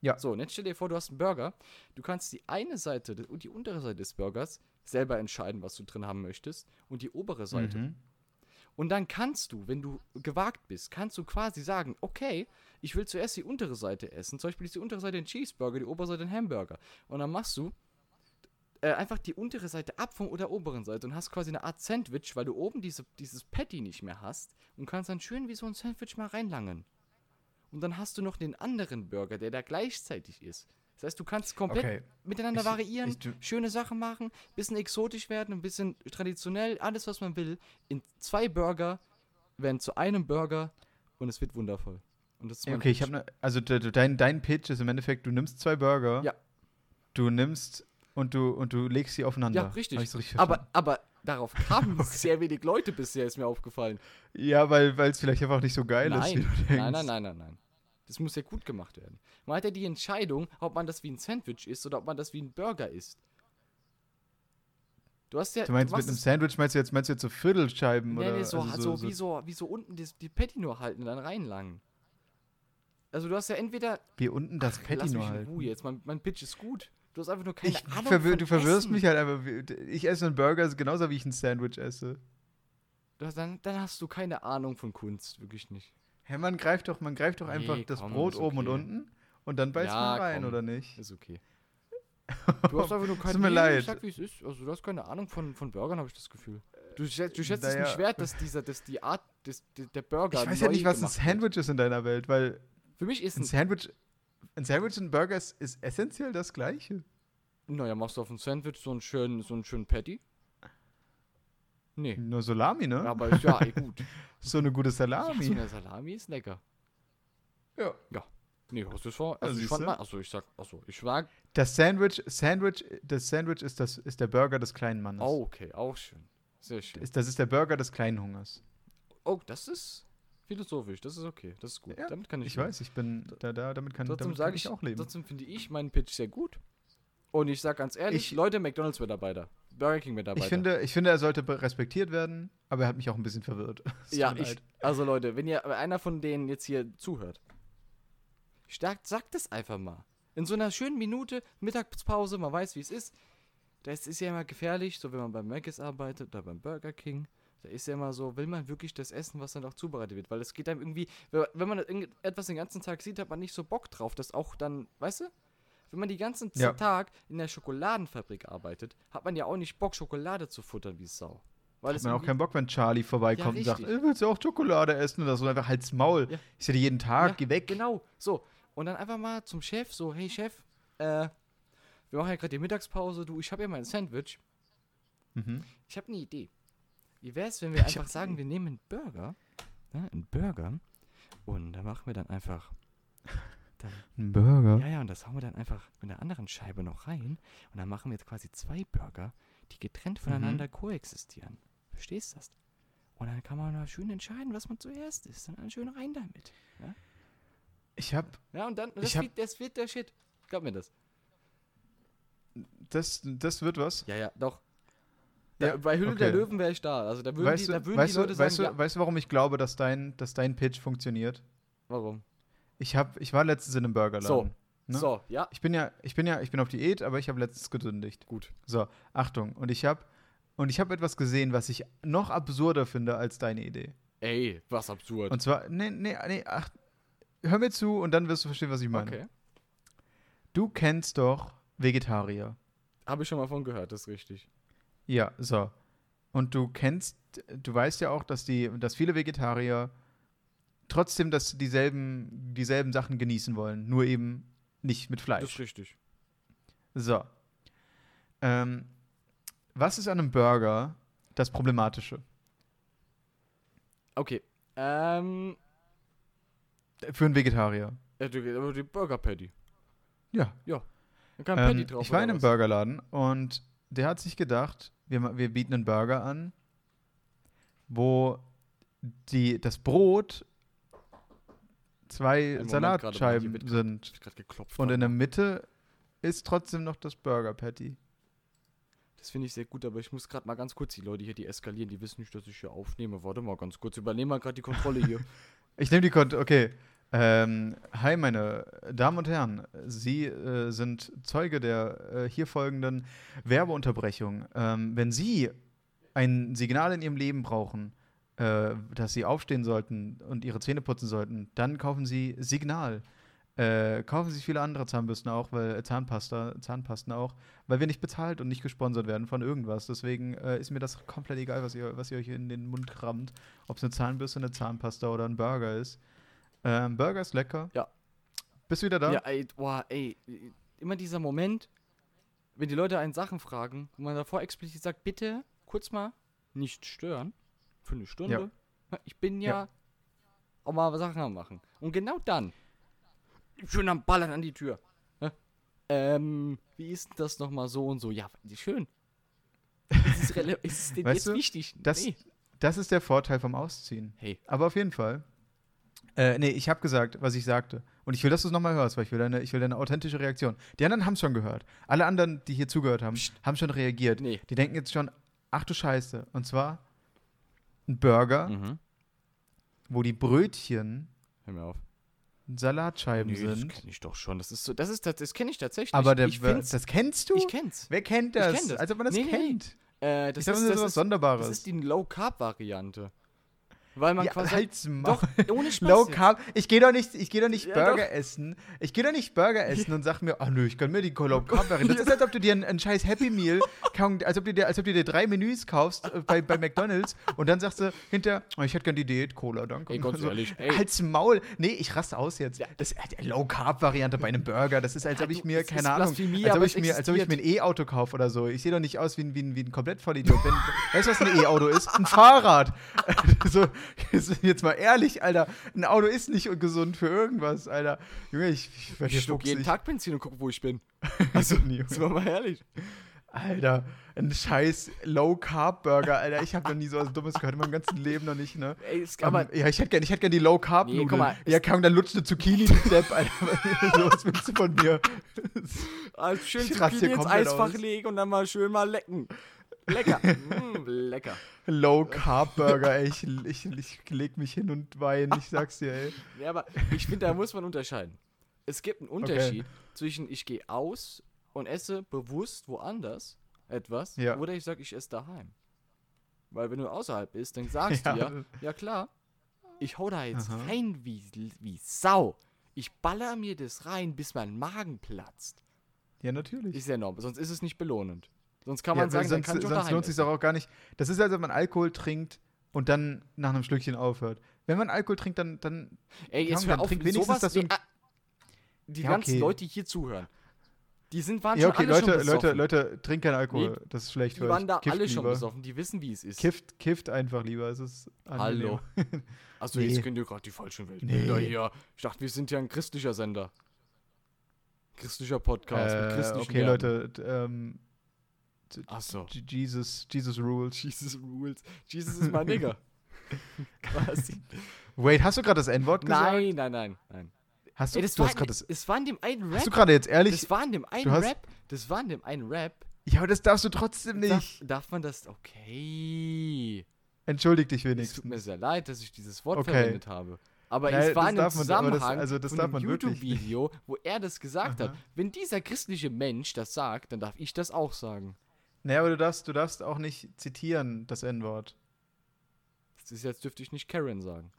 S1: Ja.
S2: So, und jetzt stell dir vor, du hast einen Burger. Du kannst die eine Seite des- und die untere Seite des Burgers selber entscheiden, was du drin haben möchtest. Und die obere Seite.
S1: Mhm.
S2: Und dann kannst du, wenn du gewagt bist, kannst du quasi sagen, okay, ich will zuerst die untere Seite essen. Zum Beispiel ist die untere Seite ein Cheeseburger, die obere Seite ein Hamburger. Und dann machst du äh, einfach die untere Seite ab von der oberen Seite und hast quasi eine Art Sandwich, weil du oben diese, dieses Patty nicht mehr hast und kannst dann schön wie so ein Sandwich mal reinlangen. Und dann hast du noch den anderen Burger, der da gleichzeitig ist. Das heißt, du kannst komplett
S1: Okay.
S2: miteinander
S1: Ich-
S2: variieren,
S1: ich- du-
S2: schöne Sachen machen, bisschen exotisch werden, ein bisschen traditionell, alles was man will. In zwei Burger werden zu einem Burger und es wird wundervoll. Und das ist mein
S1: Okay, ich
S2: Pitch.
S1: habe ne, also de- de- dein, dein Pitch ist im Endeffekt, du nimmst zwei Burger,
S2: Ja.
S1: du nimmst und du und du legst sie aufeinander.
S2: ja richtig.
S1: Hab ich's richtig
S2: aber aber darauf kamen sehr wenig Leute bisher, ist mir aufgefallen.
S1: verstanden? ja, weil weil es vielleicht einfach nicht so geil ist, wie
S2: Nein.
S1: du denkst.
S2: nein, nein, nein, nein, nein. Das muss ja gut gemacht werden. Man hat ja die Entscheidung, ob man das wie ein Sandwich isst oder ob man das wie ein Burger isst. Du hast ja
S1: Du meinst mit
S2: machst
S1: einem
S2: es-
S1: Sandwich meinst du jetzt meinst du jetzt so Viertelscheiben
S2: Nee,
S1: oder
S2: nee, so,
S1: also
S2: so, wie so, wie so unten die, die Patty nur halten und dann reinlangen. Also du hast ja entweder.
S1: wie unten das Patty
S2: lass
S1: nur
S2: mich in
S1: halt.
S2: Ruhe jetzt, mein, mein Pitch ist gut. Du hast einfach nur keine
S1: Ich
S2: Ahnung.
S1: verwir
S2: von
S1: du verwirrst
S2: Essen.
S1: mich halt einfach. wie- Ich esse einen Burger genauso wie ich ein Sandwich esse.
S2: Du hast, dann, dann hast du keine Ahnung von Kunst, wirklich nicht.
S1: Hä, man greift doch, man greift doch
S2: Nee,
S1: einfach das
S2: komm,
S1: Brot
S2: ist
S1: oben und
S2: okay.
S1: unten und dann beißt man
S2: Ja,
S1: rein,
S2: komm.
S1: oder nicht?
S2: Ist okay. Du hast einfach nur keine
S1: Tut mir leid.
S2: Ich sag, wie es ist. Also du hast keine Ahnung von, von Burgern, habe ich das Gefühl. Du, schä- du schätzt es
S1: Äh, naja.
S2: nicht wert, dass dieser, dass die Art des, de- der Burger.
S1: Ich weiß ja
S2: neu
S1: nicht, was ein
S2: gemacht wird.
S1: Sandwich ist in deiner Welt, weil
S2: Für mich ist
S1: ein
S2: ein.
S1: Sandwich, ein Sandwich und ein Burger ist, ist essentiell das Gleiche.
S2: Naja, machst du auf ein Sandwich so einen schönen, so einen schönen Patty? Nee.
S1: Nur Salami, ne?
S2: Aber ist ja, eh gut.
S1: So eine gute
S2: Ja, so
S1: Salami.
S2: eine Salami ist lecker.
S1: Ja.
S2: Nee, hast du schon.
S1: Ja,
S2: Also ich
S1: siehst
S2: fand
S1: du.
S2: mal, also ich sag, also ich mag.
S1: Das Sandwich, Sandwich, das Sandwich ist das ist der Burger des kleinen Mannes.
S2: Oh, okay, auch schön. Sehr schön.
S1: Ist- Das ist der Burger des kleinen Hungers.
S2: Oh, das ist philosophisch, das ist okay, das ist gut.
S1: Ja,
S2: damit kann ich,
S1: Ich weiß, ich bin da, da damit kann,
S2: Trotzdem
S1: damit
S2: sage
S1: kann
S2: ich,
S1: ich auch leben.
S2: Trotzdem finde ich meinen Pitch sehr gut. Und ich sag ganz ehrlich,
S1: Ich-
S2: Leute, McDonalds-Mitarbeiter, Burger King-Mitarbeiter.
S1: Ich finde, ich finde, er sollte be- respektiert werden, aber er hat mich auch ein bisschen verwirrt. Es tut
S2: ja,
S1: mir
S2: ich,
S1: leid.
S2: also Leute, wenn ihr wenn einer von denen jetzt hier zuhört, stark, sagt es einfach mal. In so einer schönen Minute, Mittagspause, man weiß, wie es ist. das ist ja immer gefährlich, so wenn man beim Mc's arbeitet oder beim Burger King. Da ist ja immer so, will man wirklich das essen, was dann auch zubereitet wird? Weil es geht einem irgendwie, wenn- wenn man irgend- etwas den ganzen Tag sieht, hat man nicht so Bock drauf, das auch dann, weißt du? Wenn man den ganzen
S1: Ja.
S2: Tag in der Schokoladenfabrik arbeitet, hat man ja auch nicht Bock, Schokolade zu futtern wie Sau. Weil
S1: Hat
S2: es
S1: man auch
S2: irgendwie-
S1: keinen Bock, wenn Charlie vorbeikommt
S2: Ja,
S1: und sagt,
S2: richtig.
S1: äh, willst du auch Schokolade essen oder so? Einfach halt's Maul.
S2: Ja.
S1: Ich sehe dich jeden Tag,
S2: Ja,
S1: geh weg.
S2: Genau, so. Und dann einfach mal zum Chef, so, hey Chef, äh, wir machen ja gerade die Mittagspause, du, ich habe ja mein Sandwich.
S1: Mhm.
S2: Ich habe eine Idee. Wie wäre es, wenn wir
S1: Ich hab ne
S2: einfach sagen, wir nehmen einen Burger, ne, einen Burger, und da machen wir dann einfach, dann,
S1: Ein Burger.
S2: ja, ja, und das hauen wir dann einfach mit einer anderen Scheibe noch rein, und dann machen wir jetzt quasi zwei Burger, die
S1: Mhm.
S2: getrennt voneinander koexistieren. Verstehst du das? Und dann kann man da schön entscheiden, was man zuerst isst. Und dann schön rein damit.
S1: Ich habe
S2: Ja, und dann, das,
S1: hab-
S2: wird, das wird der Shit. Glaub mir das.
S1: das, das wird was.
S2: Ja, ja, doch. Da,
S1: Ja,
S2: bei Hülle der
S1: okay.
S2: Löwen wäre ich da. Also da würden
S1: Weißt
S2: die,
S1: du,
S2: da würden
S1: weißt,
S2: die Leute
S1: du,
S2: sagen,
S1: weißt, du,
S2: ja.
S1: weißt du, warum ich glaube, dass dein, dass dein Pitch funktioniert?
S2: Warum?
S1: Ich hab, ich war letztens in einem Burgerladen.
S2: So.
S1: Ne?
S2: So, ja.
S1: Ich bin ja, ich bin ja, ich bin auf Diät, aber ich habe letztens gesündigt.
S2: Gut.
S1: So, Achtung. Und ich habe, und ich habe etwas gesehen, was ich noch absurder finde als deine Idee.
S2: Ey, was absurd.
S1: Und zwar, nee, nee, nee, ach, hör mir zu und dann wirst du verstehen, was ich meine.
S2: okay.
S1: Du kennst doch Vegetarier.
S2: Habe ich schon mal von gehört, das ist richtig.
S1: Ja, so. Und du kennst, du weißt ja auch, dass die, dass viele Vegetarier trotzdem dass dieselben, dieselben Sachen genießen wollen, nur eben nicht mit
S2: Das ist
S1: Fleisch.
S2: richtig.
S1: So. Ähm, was ist an einem Burger das Problematische?
S2: Okay. Ähm,
S1: Für einen Vegetarier.
S2: ja, du gehst aber die Burger Patty.
S1: Ja.
S2: Da kann
S1: Ähm,
S2: Patty drauf
S1: ich war
S2: oder
S1: in einem
S2: was?
S1: Burgerladen und der hat sich gedacht, wir, ma- wir bieten einen Burger an, wo die, das Brot zwei
S2: Moment, gerade mal, hier
S1: Salatscheiben
S2: wird grad-
S1: sind.
S2: Ich hab grad geklopft.
S1: Und
S2: warte
S1: in der
S2: mal.
S1: Mitte ist trotzdem noch das Burger Patty.
S2: das finde ich sehr gut, aber ich muss gerade mal ganz kurz die Leute hier, die eskalieren, die wissen nicht, dass ich hier aufnehme. Warte mal ganz kurz, übernehme mal gerade die Kontrolle hier.
S1: Ich nehme die Kont. Okay. Ähm, hi, meine Damen und Herren. Sie äh, sind Zeuge der äh, hier folgenden Werbeunterbrechung. Ähm, wenn Sie ein Signal in Ihrem Leben brauchen, äh, dass Sie aufstehen sollten und Ihre Zähne putzen sollten, dann kaufen Sie Signal. Äh, kaufen Sie viele andere Zahnbürsten auch, weil äh, Zahnpasta, Zahnpasten auch, weil wir nicht bezahlt und nicht gesponsert werden von irgendwas. Deswegen äh, ist mir das komplett egal, was ihr, was ihr euch in den Mund krammt ob es eine Zahnbürste, eine Zahnpasta oder ein Burger ist. Ähm, Burger ist lecker.
S2: Ja.
S1: Bist du wieder da?
S2: Ja, ey, boah, ey, immer dieser Moment, wenn die Leute einen Sachen fragen und man davor explizit sagt, bitte kurz mal nicht stören für eine Stunde. Ich bin ja,
S1: Ja.
S2: auch mal Sachen am machen. Und genau dann schön am Ballern an die Tür. Ne? Ähm, wie ist denn das nochmal so und so? Ja, schön. Ist es, rele- ist es denn
S1: Weißt
S2: jetzt
S1: du,
S2: wichtig?
S1: Das,
S2: Nee.
S1: das ist der Vorteil vom Ausziehen.
S2: Hey,
S1: Aber auf jeden Fall. Äh, nee, ich habe gesagt, was ich sagte. Und ich will, dass du es nochmal hörst, weil ich will, deine, ich will deine authentische Reaktion. Die anderen haben es schon gehört. Alle anderen, die hier zugehört haben,
S2: Psst.
S1: haben schon reagiert.
S2: Nee.
S1: Die denken jetzt schon, ach du Scheiße. Und zwar ein Burger,
S2: mhm.
S1: wo die Brötchen
S2: hör mir auf.
S1: Salatscheiben
S2: Nee, das
S1: sind.
S2: kenne ich doch schon. Das ist so, das ist tats- das kenne ich tatsächlich.
S1: Aber der,
S2: ich
S1: Bur-
S2: find's,
S1: das kennst du?
S2: ich kenn's.
S1: Wer kennt
S2: Ich
S1: das?
S2: kenn das.
S1: Als ob man das
S2: Nee, nee, nee.
S1: kennt.
S2: Äh, das,
S1: Ich dachte, das,
S2: ist, das,
S1: ist was
S2: ist,
S1: Sonderbares.
S2: das ist die Low-Carb-Variante. Weil man
S1: ja,
S2: quasi.
S1: halt's Maul.
S2: doch, ohne Spaß.
S1: Low
S2: jetzt.
S1: Carb. Ich gehe doch nicht, ich geh doch nicht
S2: Ja,
S1: Burger essen. Ich gehe doch nicht Burger essen und sag mir, ah nö, ich kann mir die Low Carb Variante. Das ist, als ob du dir ein, ein scheiß Happy Meal, kaum- als ob, du dir, als ob du dir drei Menüs kaufst äh, bei, bei McDonalds und dann sagst du hinter, oh, ich hätte gern die Diät Cola, danke.
S2: Ey, ganz
S1: Also,
S2: ehrlich, ey.
S1: Halt's Maul. Nee, ich raste aus jetzt.
S2: Ja.
S1: Das äh, Low Carb Variante bei einem Burger. Das ist, als
S2: Ja,
S1: ob ich
S2: du,
S1: mir,
S2: es ist
S1: keine Ahnung,
S2: Blasphemie,
S1: als ob
S2: aber
S1: ich
S2: es
S1: mir, als ob ich mir ein E-Auto kaufe oder so. Ich sehe doch nicht aus wie ein, wie ein, wie ein komplett Vollidiot. Wenn, weißt du, was ein E-Auto ist? Ein Fahrrad. so, jetzt- jetzt mal ehrlich, Alter. Ein Auto ist nicht gesund für irgendwas, Alter. Junge, ich, ich werd
S2: Ich
S1: hier
S2: schluck jeden
S1: fuchsig.
S2: Tag Benzin und guck, wo ich bin.
S1: Also, nee,
S2: Sind
S1: Junge.
S2: wir mal ehrlich.
S1: Alter, ein scheiß Low-Carb-Burger, Alter. Ich habe noch nie so was Dummes gehört in meinem ganzen Leben noch nicht, ne?
S2: Ey, es,
S1: Aber
S2: aber
S1: ja, ich hätte gerne hätt gern die Low Carb
S2: Nee, guck
S1: Nudeln.
S2: mal,
S1: ja, komm, dann lutscht eine Zucchini du Depp, Alter. Was willst du von mir?
S2: also schön
S1: ich
S2: zu
S1: raste hier
S2: ins
S1: komplett
S2: Eisfach
S1: aus.
S2: legen und dann mal schön mal lecken. Lecker. mm, lecker.
S1: Low Carb Burger, ey. Ich, ich, ich leg mich hin und weine. Ich sag's dir, ey.
S2: Ja, aber ich finde, da muss man unterscheiden. Es gibt einen Unterschied zwischen ich gehe aus und esse bewusst woanders etwas
S1: Ja.
S2: oder ich sage, ich esse daheim. Weil wenn du außerhalb bist, dann sagst du ja, ja klar, ich hau da jetzt
S1: Aha.
S2: rein wie, wie Sau. Ich baller mir das rein, bis mein Magen platzt.
S1: ja, natürlich.
S2: Ist ja normal, sonst ist es nicht belohnend. Sonst kann
S1: ja,
S2: man
S1: weil
S2: sagen, dann
S1: sonst
S2: kann ich auch
S1: sonst
S2: daheim
S1: lohnt es sich
S2: essen.
S1: auch gar nicht. Das ist, als ob man Alkohol trinkt und dann nach einem Schlückchen aufhört. Wenn man Alkohol trinkt, dann, dann
S2: Ey,
S1: Komm,
S2: jetzt hör
S1: dann
S2: auf,
S1: trink
S2: mit
S1: wenigstens,
S2: sowas,
S1: dass du
S2: nee,
S1: ein-
S2: ah, die
S1: Ja,
S2: ganzen
S1: okay.
S2: Leute, die hier zuhören, die sind, waren
S1: ja, okay,
S2: schon alle
S1: Leute,
S2: schon besoffen.
S1: Leute, Leute, trinkt keinen Alkohol. das ist schlecht
S2: die
S1: für euch.
S2: waren da
S1: Kifft
S2: alle schon
S1: lieber.
S2: besoffen, die wissen, wie es ist.
S1: Kifft, kifft einfach lieber. Es ist angenehm.
S2: Hallo. Also
S1: Nee.
S2: jetzt könnt ihr gerade die falschen Weltbilder
S1: Nee.
S2: hier. Ich dachte, wir sind ja ein christlicher Sender. Christlicher Podcast mit
S1: Äh,
S2: christlichen
S1: okay,
S2: Werten.
S1: Leute, d- ähm,
S2: Achso.
S1: J- Jesus, Jesus rules.
S2: Jesus rules. Jesus ist mein Nigger. Quasi.
S1: Wait, hast du gerade das N-Wort gesagt?
S2: Nein, nein, nein, nein.
S1: Hast du,
S2: Ey, das
S1: du
S2: war
S1: hast
S2: in,
S1: gerade das,
S2: es war in dem einen
S1: hast du
S2: Rap.
S1: gerade jetzt ehrlich?
S2: Das war in dem einen
S1: du hast-
S2: Rap. Das war in dem einen Rap.
S1: Ja, aber das darfst du trotzdem
S2: Darf,
S1: nicht.
S2: darf man das? Okay.
S1: Entschuldig dich
S2: Es tut
S1: wenigstens.
S2: mir sehr leid, dass ich dieses Wort
S1: Okay.
S2: verwendet habe. Aber
S1: Nein,
S2: es
S1: das
S2: war in
S1: darf
S2: einem
S1: man- aber das-
S2: Zusammenhang
S1: also das
S2: von
S1: darf
S2: einem
S1: man wirklich nicht.
S2: YouTube-Video, wo er das gesagt hat.
S1: Aha.
S2: Wenn dieser christliche Mensch das sagt, dann darf ich das auch sagen.
S1: Naja, aber du darfst, du darfst auch nicht zitieren, das N-Wort.
S2: Das ist, jetzt dürfte ich nicht Karen sagen.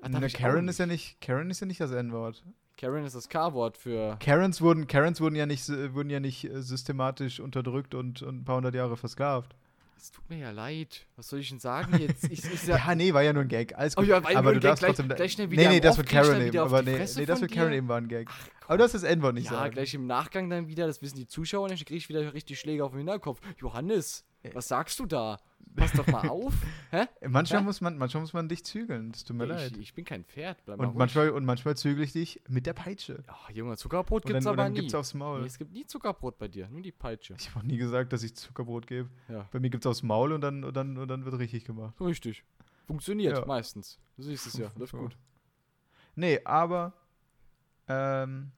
S2: Ah, darf
S1: Na,
S2: ich auch
S1: Karen ist
S2: nicht.
S1: ja nicht, Karen ist ja nicht das N-Wort.
S2: Karen ist das K-Wort für.
S1: Karens wurden, Karens wurden ja nicht, äh, wurden ja nicht äh, systematisch unterdrückt und, und ein paar hundert Jahre versklavt.
S2: Es tut mir ja leid. Was soll ich denn sagen jetzt? Ich, ich
S1: Ja,
S2: sag,
S1: nee, war ja nur ein Gag. Alles
S2: Oh
S1: gut.
S2: ja, war ja
S1: aber
S2: nur ein
S1: du
S2: Gag.
S1: darfst
S2: Gleich-
S1: trotzdem.
S2: gleich schnell wieder
S1: nee, nee,
S2: am
S1: das wird
S2: Off gehst,
S1: Karen
S2: dann
S1: eben.
S2: wieder auf
S1: Aber
S2: die
S1: nee,
S2: Fresse
S1: nee, das
S2: von
S1: wird Karen
S2: dir.
S1: eben war ein Gag.
S2: komm.
S1: aber du darfst das N-Wort nicht
S2: ja,
S1: sagen.
S2: gleich im Nachgang dann wieder, das wissen die Zuschauer, dann kriege ich wieder richtig Schläge auf den Hinterkopf. Johannes,
S1: Äh.
S2: was sagst du da? Pass doch mal auf. Hä?
S1: Manchmal,
S2: Hä?
S1: muss man, manchmal muss man dich zügeln. Das tut mir leid.
S2: Ich, ich bin kein Pferd. Bleib mal
S1: Und
S2: ruhig.
S1: manchmal, und manchmal zügle ich dich mit der Peitsche.
S2: Ach, Junge, Zuckerbrot
S1: Und
S2: gibt's
S1: dann, und
S2: aber
S1: dann
S2: nie.
S1: gibt's aufs Maul.
S2: nee, es gibt nie Zuckerbrot bei dir, nur die Peitsche.
S1: Ich habe auch nie gesagt, dass ich Zuckerbrot gebe.
S2: Ja.
S1: Bei mir gibt's aufs Maul und dann, und dann, und dann wird richtig gemacht.
S2: Richtig. Funktioniert
S1: Ja.
S2: meistens. Du siehst es ja, läuft
S1: Ja.
S2: gut.
S1: Nee, aber. Ähm,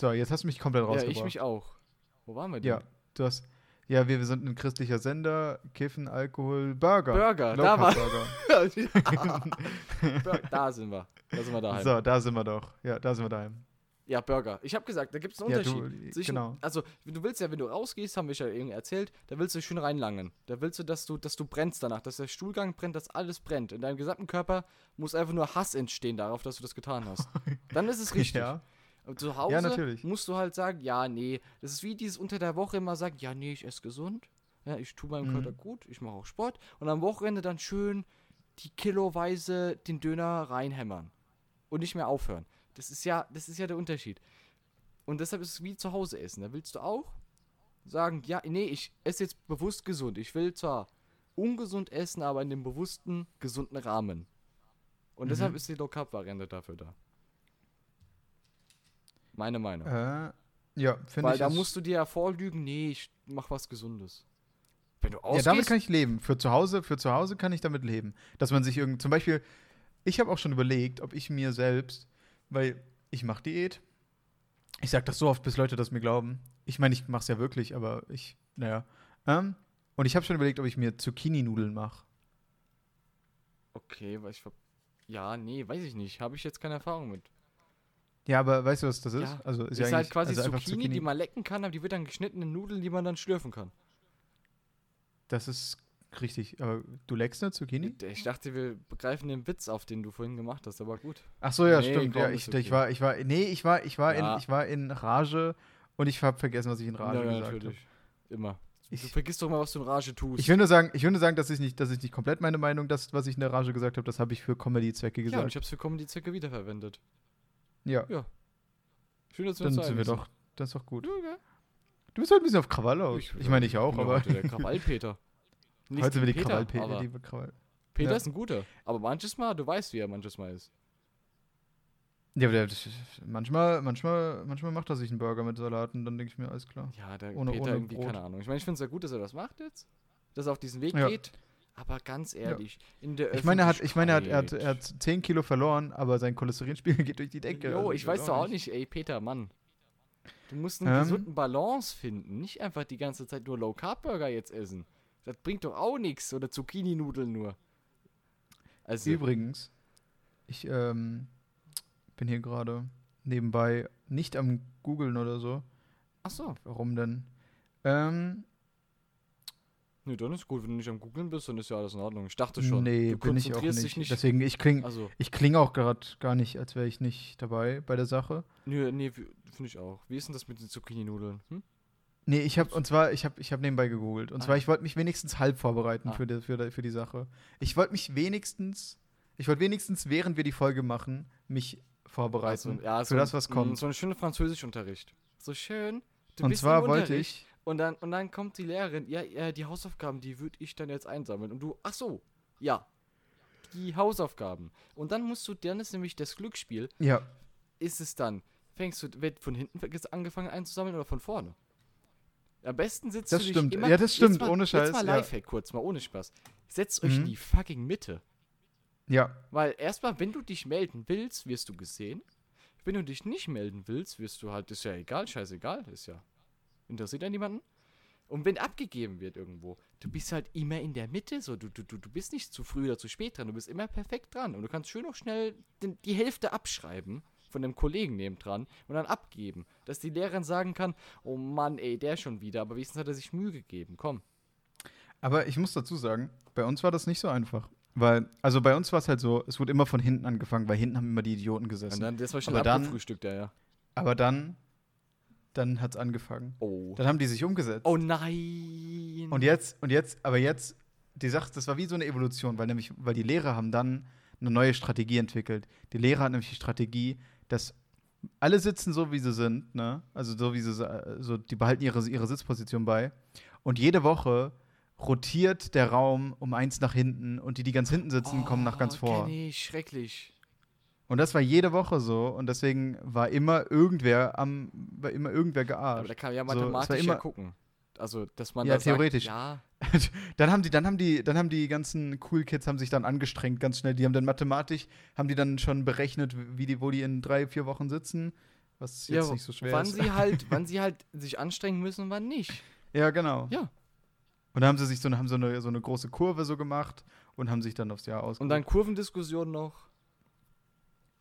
S1: so, jetzt hast du mich komplett
S2: Ja,
S1: rausgebracht.
S2: ich mich auch. Wo waren wir denn?
S1: Ja, du hast. Ja, wir, wir sind ein christlicher Sender. Kiffen, Alkohol, Burger.
S2: Burger,
S1: Low
S2: da
S1: Carb Burger.
S2: Bur- da sind wir. Da sind wir daheim.
S1: So, da sind wir doch. Ja, da sind wir daheim.
S2: Ja, Burger. Ich habe gesagt, da gibt es einen
S1: Ja, du-
S2: Unterschied. zwischen,
S1: genau.
S2: Also, du willst ja, wenn du rausgehst, haben wir ja irgendwie erzählt, da willst du schön reinlangen. Da willst du, dass du, dass du brennst danach, dass der Stuhlgang brennt, dass alles brennt. In deinem gesamten Körper muss einfach nur Hass entstehen darauf, dass du das getan hast. Dann ist es richtig.
S1: Ja.
S2: Aber zu Hause
S1: Ja, natürlich.
S2: musst du halt sagen, ja, nee. Das ist wie dieses unter der Woche immer sagen, ja, nee, ich esse gesund. Ja, ich tue meinem
S1: Mhm.
S2: Körper gut, ich mache auch Sport. Und am Wochenende dann schön die Kiloweise den Döner reinhämmern. Und nicht mehr aufhören. Das ist ja, das ist ja der Unterschied. Und deshalb ist es wie zu Hause essen. Da willst du auch sagen, ja, nee, ich esse jetzt bewusst gesund. Ich will zwar ungesund essen, aber in dem bewussten, gesunden Rahmen. Und
S1: Mhm.
S2: deshalb ist die Low-Carb-Variante dafür da. Meine Meinung.
S1: Äh, ja, finde
S2: Weil
S1: ich.
S2: da
S1: ist-
S2: musst du dir ja vorlügen, nee, ich mach was Gesundes. Wenn du
S1: ja,
S2: ausgehst,
S1: damit kann ich leben. Für zu Hause, für zu Hause kann ich damit leben. Dass man sich irgend, zum Beispiel, ich habe auch schon überlegt, ob ich mir selbst, weil ich mache Diät. Ich sage das so oft, bis Leute das mir glauben. Ich meine, ich mache es ja wirklich, aber ich, naja. Ähm, und ich habe schon überlegt, ob ich mir Zucchini-Nudeln mache.
S2: okay, weil ich ver- ja, nee, weiß ich nicht, habe ich jetzt keine Erfahrung mit.
S1: Ja, aber weißt du, was das ist? Also ist,
S2: ist,
S1: ja
S2: halt
S1: eigentlich
S2: quasi
S1: also einfach
S2: Zucchini, die man lecken kann, aber die wird dann geschnitten in Nudeln, die man dann schlürfen kann.
S1: Das ist richtig. Aber du leckst eine Zucchini?
S2: Ich dachte, wir begreifen den Witz, auf den du vorhin gemacht hast, aber gut.
S1: Ach so, ja,
S2: Nee,
S1: stimmt.
S2: komm,
S1: Ja,
S2: ist
S1: ich,
S2: okay.
S1: ich war, ich war, nee, ich war, ich war
S2: Ja.
S1: in, ich war in Rage und ich habe vergessen, was ich in Rage
S2: Ja, ja,
S1: gesagt habe.
S2: Immer. du
S1: Ich,
S2: vergisst doch mal, was du in Rage tust.
S1: ich will nur sagen, ich will nur sagen, dass ich nicht, dass ich nicht komplett meine Meinung, das, was ich in der Rage gesagt habe, das habe ich für Comedy-Zwecke
S2: ja, und ich
S1: gesagt.
S2: hab's für Comedy-Zwecke wiederverwendet.
S1: Ja,
S2: Schön, dass wir
S1: dann
S2: uns
S1: sind wir
S2: einig
S1: doch, das ist doch gut.
S2: Ja, okay.
S1: Du bist halt ein bisschen auf Krawall aus.
S2: Ich-
S1: Ich, meine, ich auch,
S2: Ja,
S1: aber
S2: heute Der Krawallpeter. Nichts
S1: heute sind wir die
S2: gegen Peter,
S1: Krawallpeter.
S2: aber
S1: liebe Krawall.
S2: Peter
S1: ja.
S2: ist ein guter. Aber manches Mal, du weißt, wie er manches Mal ist.
S1: Ja, aber der, das- manchmal, manchmal, manchmal macht er sich einen Burger mit Salaten, dann denke ich mir, alles klar.
S2: Ja, der
S1: Ohne-
S2: Peter
S1: ohne
S2: irgendwie,
S1: Brot.
S2: keine Ahnung. Ich meine, ich finde es ja gut, dass er das macht jetzt. Dass er auf diesen Weg
S1: Ja.
S2: geht. Aber ganz ehrlich, in der
S1: Ich meine, er hat, ich meine, er hat, er hat,
S2: Öffentlichkeit-
S1: er hat 10 Kilo verloren, aber sein Cholesterinspiegel geht durch die Decke.
S2: Jo,
S1: Also,
S2: ich weiß doch auch nicht, ey, Peter, Mann. Du musst einen
S1: Ähm.
S2: gesunden Balance finden. Nicht einfach die ganze Zeit nur Low-Carb-Burger jetzt essen. Das bringt doch auch nichts. Oder Zucchini-Nudeln nur. Also,
S1: Übrigens, ich ähm, bin hier gerade nebenbei nicht am googeln oder so.
S2: ach so.
S1: Warum denn? Ähm,
S2: Nee, dann ist gut, wenn du nicht am Googlen bist, dann ist ja alles in Ordnung. Ich dachte schon.
S1: nee,
S2: du
S1: bin ich auch
S2: konzentrierst
S1: nicht.
S2: dich nicht.
S1: Deswegen, ich klinge
S2: also,
S1: ich kling auch gerade gar nicht, als wäre ich nicht dabei bei der Sache.
S2: nee, nee finde ich auch. Wie ist denn das mit den Zucchini-Nudeln? Hm?
S1: Nee, ich habe, und zwar, ich habe ich hab nebenbei gegoogelt. Und
S2: Ah.
S1: zwar, ich wollte mich wenigstens halb vorbereiten
S2: Ah.
S1: für, die, für, die, für die Sache. Ich wollte mich wenigstens, ich wollte wenigstens, während wir die Folge machen, mich vorbereiten.
S2: Also, ja,
S1: für das, was
S2: ein-
S1: kommt.
S2: So ein schöner Französischunterricht. So schön. Du
S1: und
S2: bist
S1: zwar
S2: im
S1: wollte
S2: Unterricht
S1: ich,
S2: Und dann, und dann kommt die Lehrerin. Ja, ja, die Hausaufgaben, die würde ich dann jetzt einsammeln. Und du, ach so, ja. Die Hausaufgaben. Und dann musst du, dann ist nämlich das Glücksspiel,
S1: ja,
S2: ist es dann? Fängst du, wird von hinten ges- angefangen einzusammeln oder von vorne? Am besten sitzt
S1: Das
S2: du dich
S1: stimmt.
S2: immer,
S1: Ja, das
S2: jetzt
S1: stimmt,
S2: mal,
S1: ohne Scheiß,
S2: Jetzt mal
S1: ja.
S2: Lifehack kurz, mal ohne Spaß. Setzt euch in
S1: Mhm.
S2: die fucking Mitte.
S1: ja,
S2: Weil erstmal, wenn du dich melden willst, wirst du gesehen. Wenn du dich nicht melden willst, wirst du halt, ist ja egal, scheißegal, ist ja. Interessiert ja niemanden. Und wenn abgegeben wird irgendwo, du bist halt immer in der Mitte, so du, du, du du bist nicht zu früh oder zu spät dran, du bist immer perfekt dran. Und du kannst schön noch schnell den, die Hälfte abschreiben von dem Kollegen nebendran und dann abgeben. Dass die Lehrerin sagen kann, oh Mann, ey, der schon wieder, aber wenigstens hat er sich Mühe gegeben, komm.
S1: Aber ich muss dazu sagen, bei uns war das nicht so einfach. Weil, also bei uns war es halt so, es wurde immer von hinten angefangen, weil hinten haben immer die Idioten gesessen.
S2: Und dann, das war schon
S1: aber dann-
S2: abgefrühstückt, ja, ja.
S1: Aber dann, dann hat es angefangen.
S2: Oh.
S1: Dann haben die sich umgesetzt.
S2: Oh nein.
S1: Und jetzt, und jetzt, aber jetzt, die Sache, das war wie so eine Evolution, weil nämlich, weil die Lehrer haben dann eine neue Strategie entwickelt. Die Lehrer hat nämlich die Strategie, dass alle sitzen so, wie sie sind, ne? Also so wie sie sa- so, die behalten ihre, ihre Sitzposition bei. Und jede Woche rotiert der Raum um eins nach hinten und die, die ganz hinten sitzen, kommen nach ganz
S2: Oh,
S1: vor.
S2: kenn ich, schrecklich.
S1: Und das war jede Woche so und deswegen war immer irgendwer am, war immer irgendwer
S2: Aber da
S1: gearscht.
S2: kann man ja
S1: so, es war
S2: mathematisch ja
S1: immer-
S2: gucken. Also, dass man
S1: Ja,
S2: da sagt,
S1: theoretisch.
S2: ja,
S1: dann haben die, dann haben die, dann haben die ganzen cool Kids haben sich dann angestrengt ganz schnell. Die haben dann mathematisch, haben die dann schon berechnet, wie die, wo die in drei, vier Wochen sitzen. Was jetzt
S2: ja,
S1: nicht so schwer
S2: wann
S1: ist.
S2: sie halt, wann sie halt sich anstrengen müssen und wann nicht.
S1: ja, genau.
S2: Ja.
S1: Und dann haben sie sich so, eine- haben so eine, so eine große Kurve so gemacht und haben sich dann aufs Jahr
S2: Und
S1: ausgeruht.
S2: dann Kurvendiskussion noch.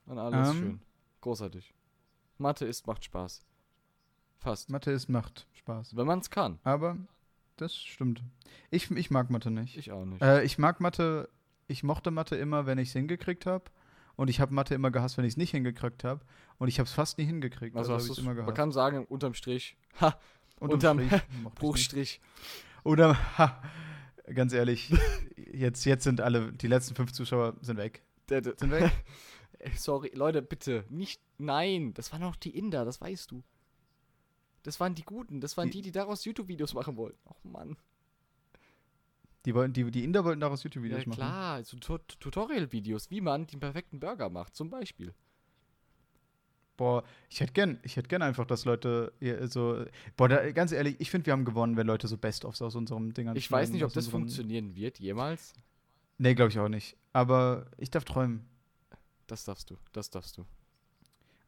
S2: Und alles
S1: Ähm.
S2: schön. Großartig. Mathe ist, macht Spaß. Fast.
S1: Mathe ist, macht Spaß.
S2: Wenn man es kann.
S1: Aber das stimmt. Ich, ich mag Mathe nicht.
S2: Ich auch nicht.
S1: Äh, ich mag Mathe, ich mochte Mathe immer, wenn ich es hingekriegt habe. Und ich habe Mathe immer gehasst, wenn ich es nicht hingekriegt habe. Und ich habe es fast nie hingekriegt. Also, habe
S2: hast
S1: ich
S2: du's-
S1: immer
S2: man
S1: gehasst.
S2: kann sagen, unterm Strich, ha,
S1: Unterm Strich
S2: unterm
S1: mochte ich's nicht.
S2: Bruchstrich.
S1: Oder, ha, ganz ehrlich, jetzt, jetzt sind alle, die letzten fünf Zuschauer sind weg.
S2: Der- der-
S1: Sind weg?
S2: Ey, Sorry, Leute, bitte. Nicht, nein, das waren auch die Inder, das weißt du. Das waren die Guten, das waren
S1: Die-
S2: die, die daraus YouTube-Videos machen wollten. Och Mann.
S1: Die, wollten, die, die Inder wollten daraus YouTube-Videos
S2: Ja
S1: machen.
S2: klar, so Tu- Tutorial-Videos, wie man den perfekten Burger macht, zum Beispiel.
S1: Boah, ich hätte gern, ich hätte gern einfach, dass Leute ihr so. Boah, da, ganz ehrlich, ich finde, wir haben gewonnen, wenn Leute so Best-ofs aus unserem Ding
S2: Ich weiß nicht, ob
S1: aus
S2: das
S1: unserem-
S2: funktionieren wird, jemals.
S1: Nee, glaube ich auch nicht. Aber ich darf träumen.
S2: Das darfst du, das darfst du.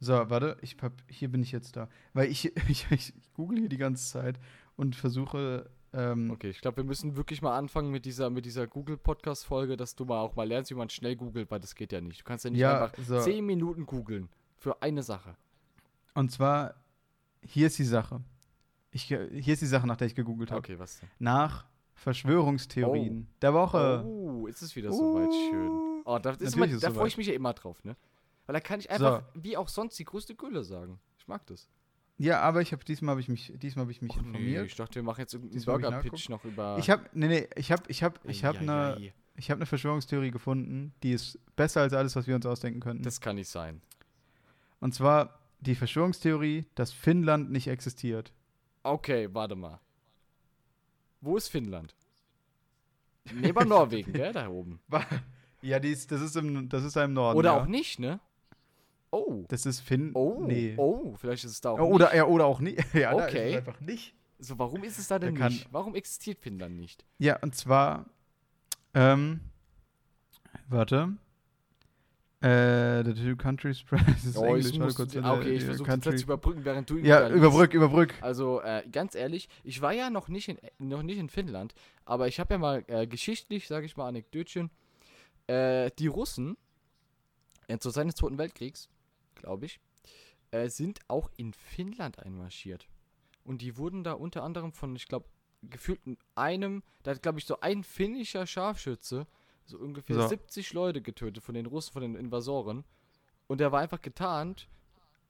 S1: So, warte, ich hab, hier bin ich jetzt da. Weil ich, ich, ich google hier die ganze Zeit und versuche. Ähm,
S2: Okay, ich glaube, wir müssen wirklich mal anfangen mit dieser, mit dieser Google-Podcast-Folge, dass du mal auch mal lernst, wie man schnell googelt, weil das geht ja nicht. Du kannst ja also nicht
S1: ja,
S2: einfach
S1: so.
S2: 10 Minuten googeln für eine Sache.
S1: Und zwar, hier ist die Sache. Ich, hier ist die Sache, nach der ich gegoogelt habe.
S2: Okay, was denn?
S1: Nach Verschwörungstheorien der Woche.
S2: Oh, jetzt ist wieder soweit schön.
S1: Uh,
S2: Oh, da, das
S1: natürlich
S2: ist immer,
S1: ist es
S2: da freue ich
S1: soweit.
S2: mich ja immer drauf, ne? Weil da kann ich einfach, wie auch sonst, die größte Gülle sagen. Ich mag das.
S1: Ja, aber ich habe diesmal habe ich mich diesmal habe ich mich
S2: Och, nee,
S1: informiert.
S2: ich dachte, wir machen jetzt irgendeinen
S1: Diesmal hab ich
S2: Burger-Pitch noch über.
S1: Ich habe nee, nee, ich habe ich habe ich ne- habe
S2: Eieiei.
S1: eine ich habe eine Verschwörungstheorie gefunden, die ist besser als alles, was wir uns ausdenken könnten.
S2: Das kann nicht sein.
S1: Und zwar die Verschwörungstheorie, dass Finnland nicht existiert.
S2: Okay, warte mal. Wo ist Finnland? Neben Norwegen, gell, da oben.
S1: Ja, die ist, das ist im das ist da im Norden.
S2: Oder
S1: ja.
S2: auch nicht, ne? Oh.
S1: Das ist Finn.
S2: Oh.
S1: nee.
S2: Oh, vielleicht ist es da auch.
S1: oder ja, oder auch nicht. Ja, da ist
S2: Okay.
S1: es einfach nicht.
S2: nicht. So, warum ist es da denn
S1: Der kann-
S2: nicht? Warum existiert Finnland nicht?
S1: Ja, und zwar, ähm, warte. Äh, the two countries spread. Das ist
S2: Oh,
S1: Englisch,
S2: ich
S1: warte
S2: muss,
S1: kurz.
S2: ah, okay, ich
S1: The
S2: versuche das
S1: country-
S2: jetzt zu überbrücken, während du
S1: Ja,
S2: überlegst.
S1: überbrück, überbrück.
S2: Also äh, ganz ehrlich, ich war ja noch nicht in, noch nicht in Finnland, aber ich habe ja mal äh, geschichtlich, sage ich mal, Anekdötchen, äh, die Russen äh, zur Zeit des Zweiten Weltkriegs, glaube ich, äh, sind auch in Finnland einmarschiert. Und die wurden da unter anderem von, ich glaube, gefühlt einem, da hat, glaube ich, so ein finnischer Scharfschütze so ungefähr
S3: So.
S2: 70 Leute getötet von den Russen, von den Invasoren. Und der war einfach getarnt,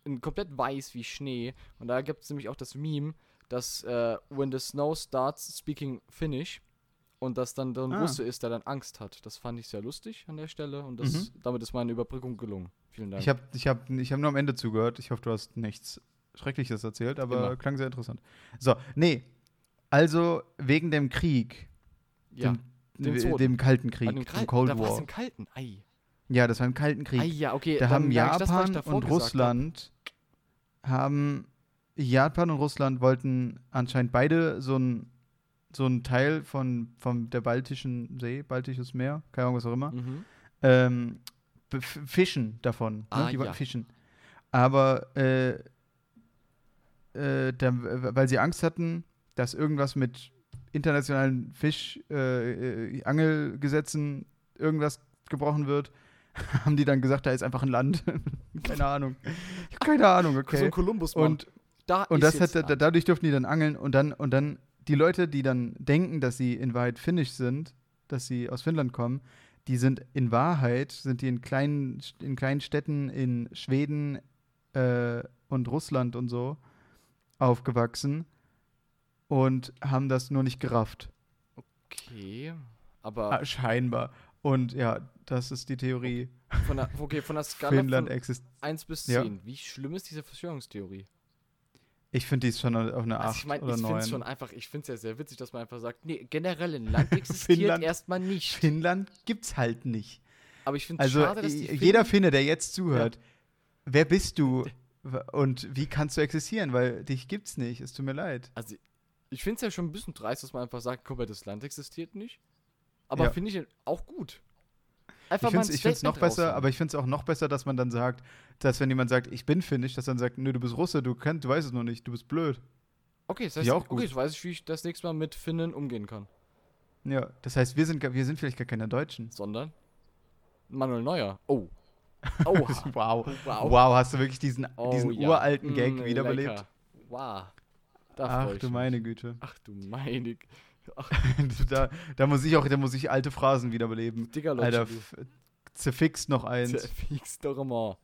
S2: in komplett weiß wie Schnee. Und da gibt es nämlich auch das Meme, dass äh, when the snow starts speaking Finnish und dass dann so ein
S1: Ah.
S2: Russe ist, der dann Angst hat. Das fand ich sehr lustig an der Stelle und das, damit ist meine Überbrückung gelungen. Vielen Dank.
S1: Mhm. Ich habe ich hab, ich hab nur am Ende zugehört. Ich hoffe, du hast nichts Schreckliches erzählt, aber
S2: Immer.
S1: klang sehr interessant. So, nee. Also wegen dem Krieg,
S2: ja, Dem
S1: dem, äh,
S2: Zweiten.
S1: dem Kalten Krieg,
S2: an dem
S1: dem
S2: Kalten,
S1: Cold
S2: da war es
S1: War.
S2: im Kalten. Ei.
S1: Ja, das war im Kalten Krieg.
S2: Ei, ja, okay.
S1: da
S2: dann
S1: haben
S2: merke ich das, was ich
S1: Japan
S2: davor
S1: und
S2: gesagt habe.
S1: Russland haben Japan und Russland wollten anscheinend beide so ein so ein Teil von vom der baltischen See, baltisches Meer, keine Ahnung was auch immer,
S2: Mhm.
S1: ähm, be- f- fischen davon, ne?
S2: Ah,
S1: die wollten
S2: ja.
S1: fischen. Aber äh, äh, da, weil sie Angst hatten, dass irgendwas mit internationalen Fischangelgesetzen äh, äh, Angelgesetzen irgendwas gebrochen wird, haben die dann gesagt, da ist einfach ein Land. Keine Ahnung. Ich hab Keine Ahnung,
S2: So ein
S1: okay.
S2: Kolumbus
S1: Und,
S2: da
S1: und
S2: ist
S1: das
S2: jetzt
S1: hat, da,
S2: Land.
S1: dadurch durften die dann angeln und dann, und dann die Leute, die dann denken, dass sie in Wahrheit finnisch sind, dass sie aus Finnland kommen, die sind in Wahrheit, sind die in kleinen, in kleinen Städten in Schweden äh, und Russland und so aufgewachsen und haben das nur nicht gerafft.
S2: Okay, aber
S1: Ah, scheinbar. Und ja, das ist die Theorie.
S2: von der, okay, von der Skala
S1: Ah. Finnland
S2: von
S1: existiert.
S2: 1 bis 10,
S1: Ja.
S2: wie schlimm ist diese Verschwörungstheorie?
S1: Ich finde, die ist schon auf eine 8
S2: Also ich meine,
S1: oder
S2: ich finde es
S1: 9.
S2: schon einfach, ich finde es ja sehr witzig, dass man einfach sagt, nee, generell ein Land existiert
S1: Finnland-
S2: erstmal nicht.
S1: Finnland gibt's halt nicht.
S2: Aber ich finde es
S1: Also
S2: schade, dass die
S1: i- jeder
S2: Finnen-
S1: Finne, der jetzt zuhört, wer bist du W- und wie kannst du existieren? Weil dich gibt's nicht. Es tut mir leid.
S2: also ich finde es ja schon ein bisschen dreist, dass man einfach sagt, guck mal, das Land existiert nicht. Aber
S1: Ja.
S2: finde ich auch gut.
S1: Ich
S2: Einfach
S1: finde es ich find's noch
S2: Statement
S1: besser,
S2: raushauen.
S1: aber ich finde es auch noch besser, dass man dann sagt, dass wenn jemand sagt, ich bin finnisch, dass dann sagt, nö, du bist Russe, du kannst, du weißt es noch nicht, du bist blöd.
S2: Okay, das
S1: Ja,
S2: heißt,
S1: auch
S2: okay,
S1: gut.
S2: jetzt weiß ich, wie ich das nächste Mal mit Finnen umgehen kann.
S1: Ja, das heißt, wir sind, gar- wir sind vielleicht gar keine Deutschen.
S2: Sondern Manuel Neuer. Oh. Oha.
S1: Wow.
S2: Wow.
S1: Wow, hast du wirklich diesen,
S2: Oh,
S1: diesen
S2: ja.
S1: uralten
S2: Mm,
S1: Gag wiederbelebt?
S2: lecker. Wow. Da freu
S1: Ach
S2: ich
S1: du
S2: mich.
S1: meine Güte.
S2: Ach du meine. G- Ach,
S1: da, da muss ich auch, da muss ich alte Phrasen wiederbeleben.
S2: Digga, Leute.
S1: Alter, f- zerfixt noch eins.
S2: Fix doch immer.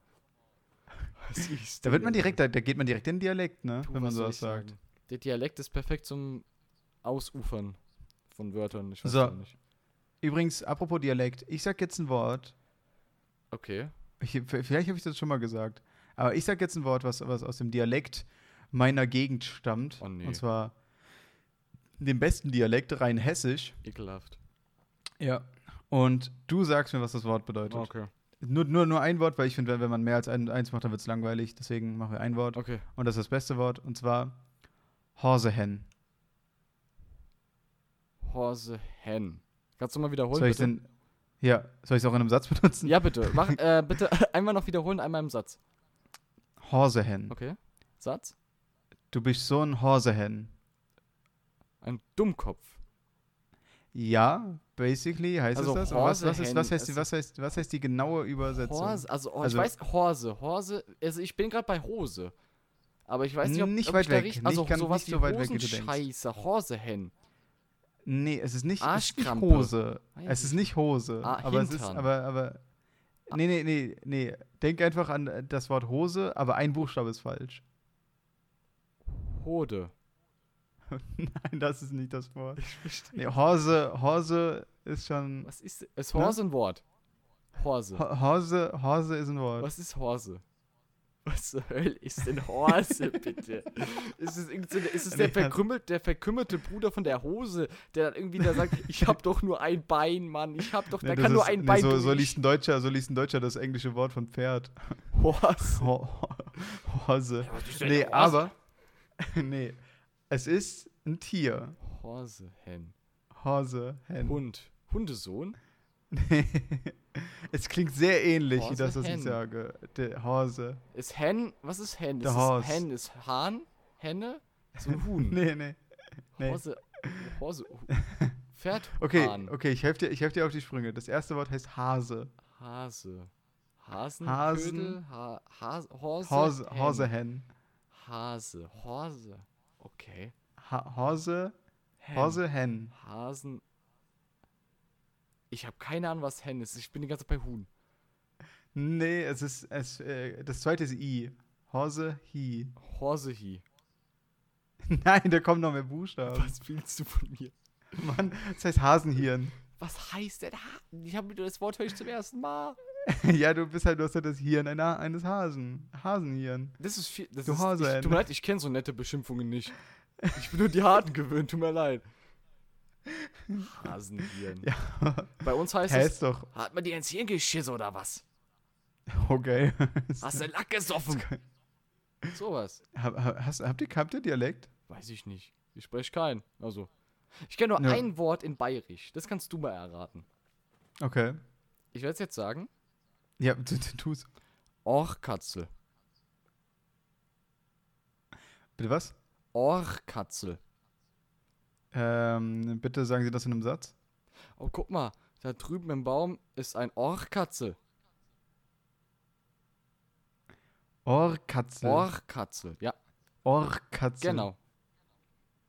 S2: Was ist
S1: Da wird
S2: denn
S1: man
S2: das?
S1: direkt, da, da geht man direkt in den Dialekt, ne?
S2: Du,
S1: wenn man
S2: was soll
S1: sowas
S2: ich
S1: sagt.
S2: sagen? Der Dialekt ist perfekt zum Ausufern von Wörtern. Ich weiß
S1: So.
S2: gar nicht.
S1: Übrigens, apropos Dialekt, ich sag jetzt ein Wort.
S2: Okay.
S1: Ich, vielleicht habe ich das schon mal gesagt. Aber ich sag jetzt ein Wort, was, was aus dem Dialekt meiner Gegend stammt.
S2: Oh, nee.
S1: Und zwar dem besten Dialekt, rein hessisch.
S2: Ekelhaft.
S1: Ja. Und du sagst mir, was das Wort bedeutet.
S2: Okay.
S1: Nur, nur, nur ein Wort, weil ich finde, wenn- wenn man mehr als ein, eins macht, dann wird es langweilig. Deswegen machen wir ein Wort.
S2: Okay.
S1: Und das ist das beste Wort. Und zwar Horsehen.
S2: Horse Hen. Kannst du mal wiederholen?
S1: Soll ich
S2: bitte?
S1: denn. Ja, soll ich es auch in einem Satz benutzen?
S2: Ja, bitte. Mach, äh, bitte einmal noch wiederholen, einmal im Satz.
S1: Horsehen.
S2: Okay. Satz.
S1: Du bist so ein Horsehen.
S2: Ein Dummkopf.
S1: Ja, basically heißt
S2: Also
S1: es das. Und Was, was, ist,
S2: Horsehen
S1: was, heißt, die-
S2: ist-
S1: was, heißt, was heißt die genaue Übersetzung?
S2: Horse, also, oh,
S1: Also-
S2: ich weiß, Horse, Horse, also ich bin gerade bei Hose. Aber ich weiß nicht, ob,
S1: Nicht
S2: ob
S1: weit
S2: ich da
S1: weg,
S2: richtig,
S1: nicht
S2: also
S1: ganz-
S2: sowas
S1: nicht
S2: wie
S1: so weit weg, wie du denkst.
S2: Hosenscheiße, Horsehen.
S1: Nee, es ist nicht, es ist nicht
S2: Arschkrampe.
S1: Hose.
S2: Weiß
S1: Es ist
S2: ich.
S1: nicht Hose.
S2: Ah,
S1: aber es ist,
S2: Hintern. Ah.
S1: aber, aber. Nee, nee, nee, nee. Denk einfach an äh, das Wort Hose, aber ein Buchstabe ist falsch.
S2: Hode.
S1: Nein, das ist nicht das Wort. Nee, Hose, Hose ist schon.
S2: Was ist, ist Horse ein Wort? Horse.
S1: Ne? Ho- Hose, Hose ist ein Wort.
S2: Was ist Horse? Was zur Hölle ist denn Horse, bitte? ist es, irgend so eine- ist es der,
S1: Nee, also das-
S2: verkrümmelt, der verkümmelte Bruder von der Hose, der dann irgendwie da sagt, ich hab doch nur ein Bein, Mann, ich hab doch,
S1: Nee,
S2: da
S1: das
S2: kann nur
S1: ist-
S2: ein
S1: nee,
S2: Bein
S1: so, so,
S2: durch.
S1: liest ein Deutscher, so liest ein Deutscher das englische Wort von Pferd.
S2: Horse.
S1: Ho Hose.
S2: was ist denn
S1: Nee,
S2: Horse?
S1: aber. Nee. Es ist ein Tier.
S2: Horse, Hen.
S1: Hase, Hen.
S2: Hund. Hundesohn?
S1: es klingt sehr ähnlich, wie
S2: Hase,
S1: das, was
S2: Hen.
S1: ich sage. Der Hase.
S2: Ist Hen, was ist Hen?
S1: Der
S2: ist
S1: Horse.
S2: Es Hen ist Hahn, Henne, so ein Huhn.
S1: Nee, nee. nee.
S2: Horse, Horse, Pferd,
S1: Okay,
S2: Hahn,
S1: okay, ich helfe dir, ich helf dir auf die Sprünge. Das erste Wort heißt Hase.
S2: Hase, Hasen,
S1: Hasen.
S2: Ködel, ha, Hase,
S1: Hase,
S2: Horse, Hen.
S1: Hase Hen.
S2: Hase, Horse, Okay.
S1: Ha Hase,
S2: Hen.
S1: Hase, Hen.
S2: Hasen. Ich habe keine Ahnung, was Hen ist. Ich bin die ganze Zeit bei Huhn.
S1: Nee, es ist, es, äh, das zweite ist I. Hase, Hi.
S2: Horsehi.
S1: Nein, da kommen noch mehr Buchstaben.
S2: Was willst du von mir?
S1: Mann, das heißt Hasenhirn.
S2: Was heißt denn? Ha- Ich habe das Wort höre ich zum ersten Mal.
S1: ja, du bist halt, du hast halt das Hirn einer, eines Hasen. Hasenhirn.
S2: Das ist viel. Das
S1: Du
S2: ist,
S1: Hase,
S2: ich, tut
S1: Hen.
S2: mir leid, ich kenne so nette Beschimpfungen nicht. Ich bin nur die harten gewöhnt, tut mir leid. Hasenhirn.
S1: Ja,
S2: Bei uns heißt
S1: hä,
S2: es,
S1: ist doch.
S2: hat man dir ins Hirn geschissen oder was?
S1: Okay.
S2: Hast du Lack gesoffen? Sowas.
S1: Hab, hab- hast, habt, ihr, habt ihr Dialekt?
S2: Weiß ich nicht. Ich spreche keinen. Also. Ich kenne nur
S1: Ja.
S2: ein Wort in Bayerisch. Das kannst du mal erraten.
S1: Okay.
S2: Ich werde es jetzt sagen.
S1: Ja, tu- tu- tu's.
S2: Orchkatzel.
S1: Bitte was?
S2: Orchkatzel.
S1: Ähm, bitte sagen Sie das in einem Satz.
S2: Oh, guck mal. Da drüben im Baum ist ein Orchkatzel.
S1: Ohrkatzel.
S2: Orchkatzel. Ja,
S1: Ohrkatzel.
S2: genau.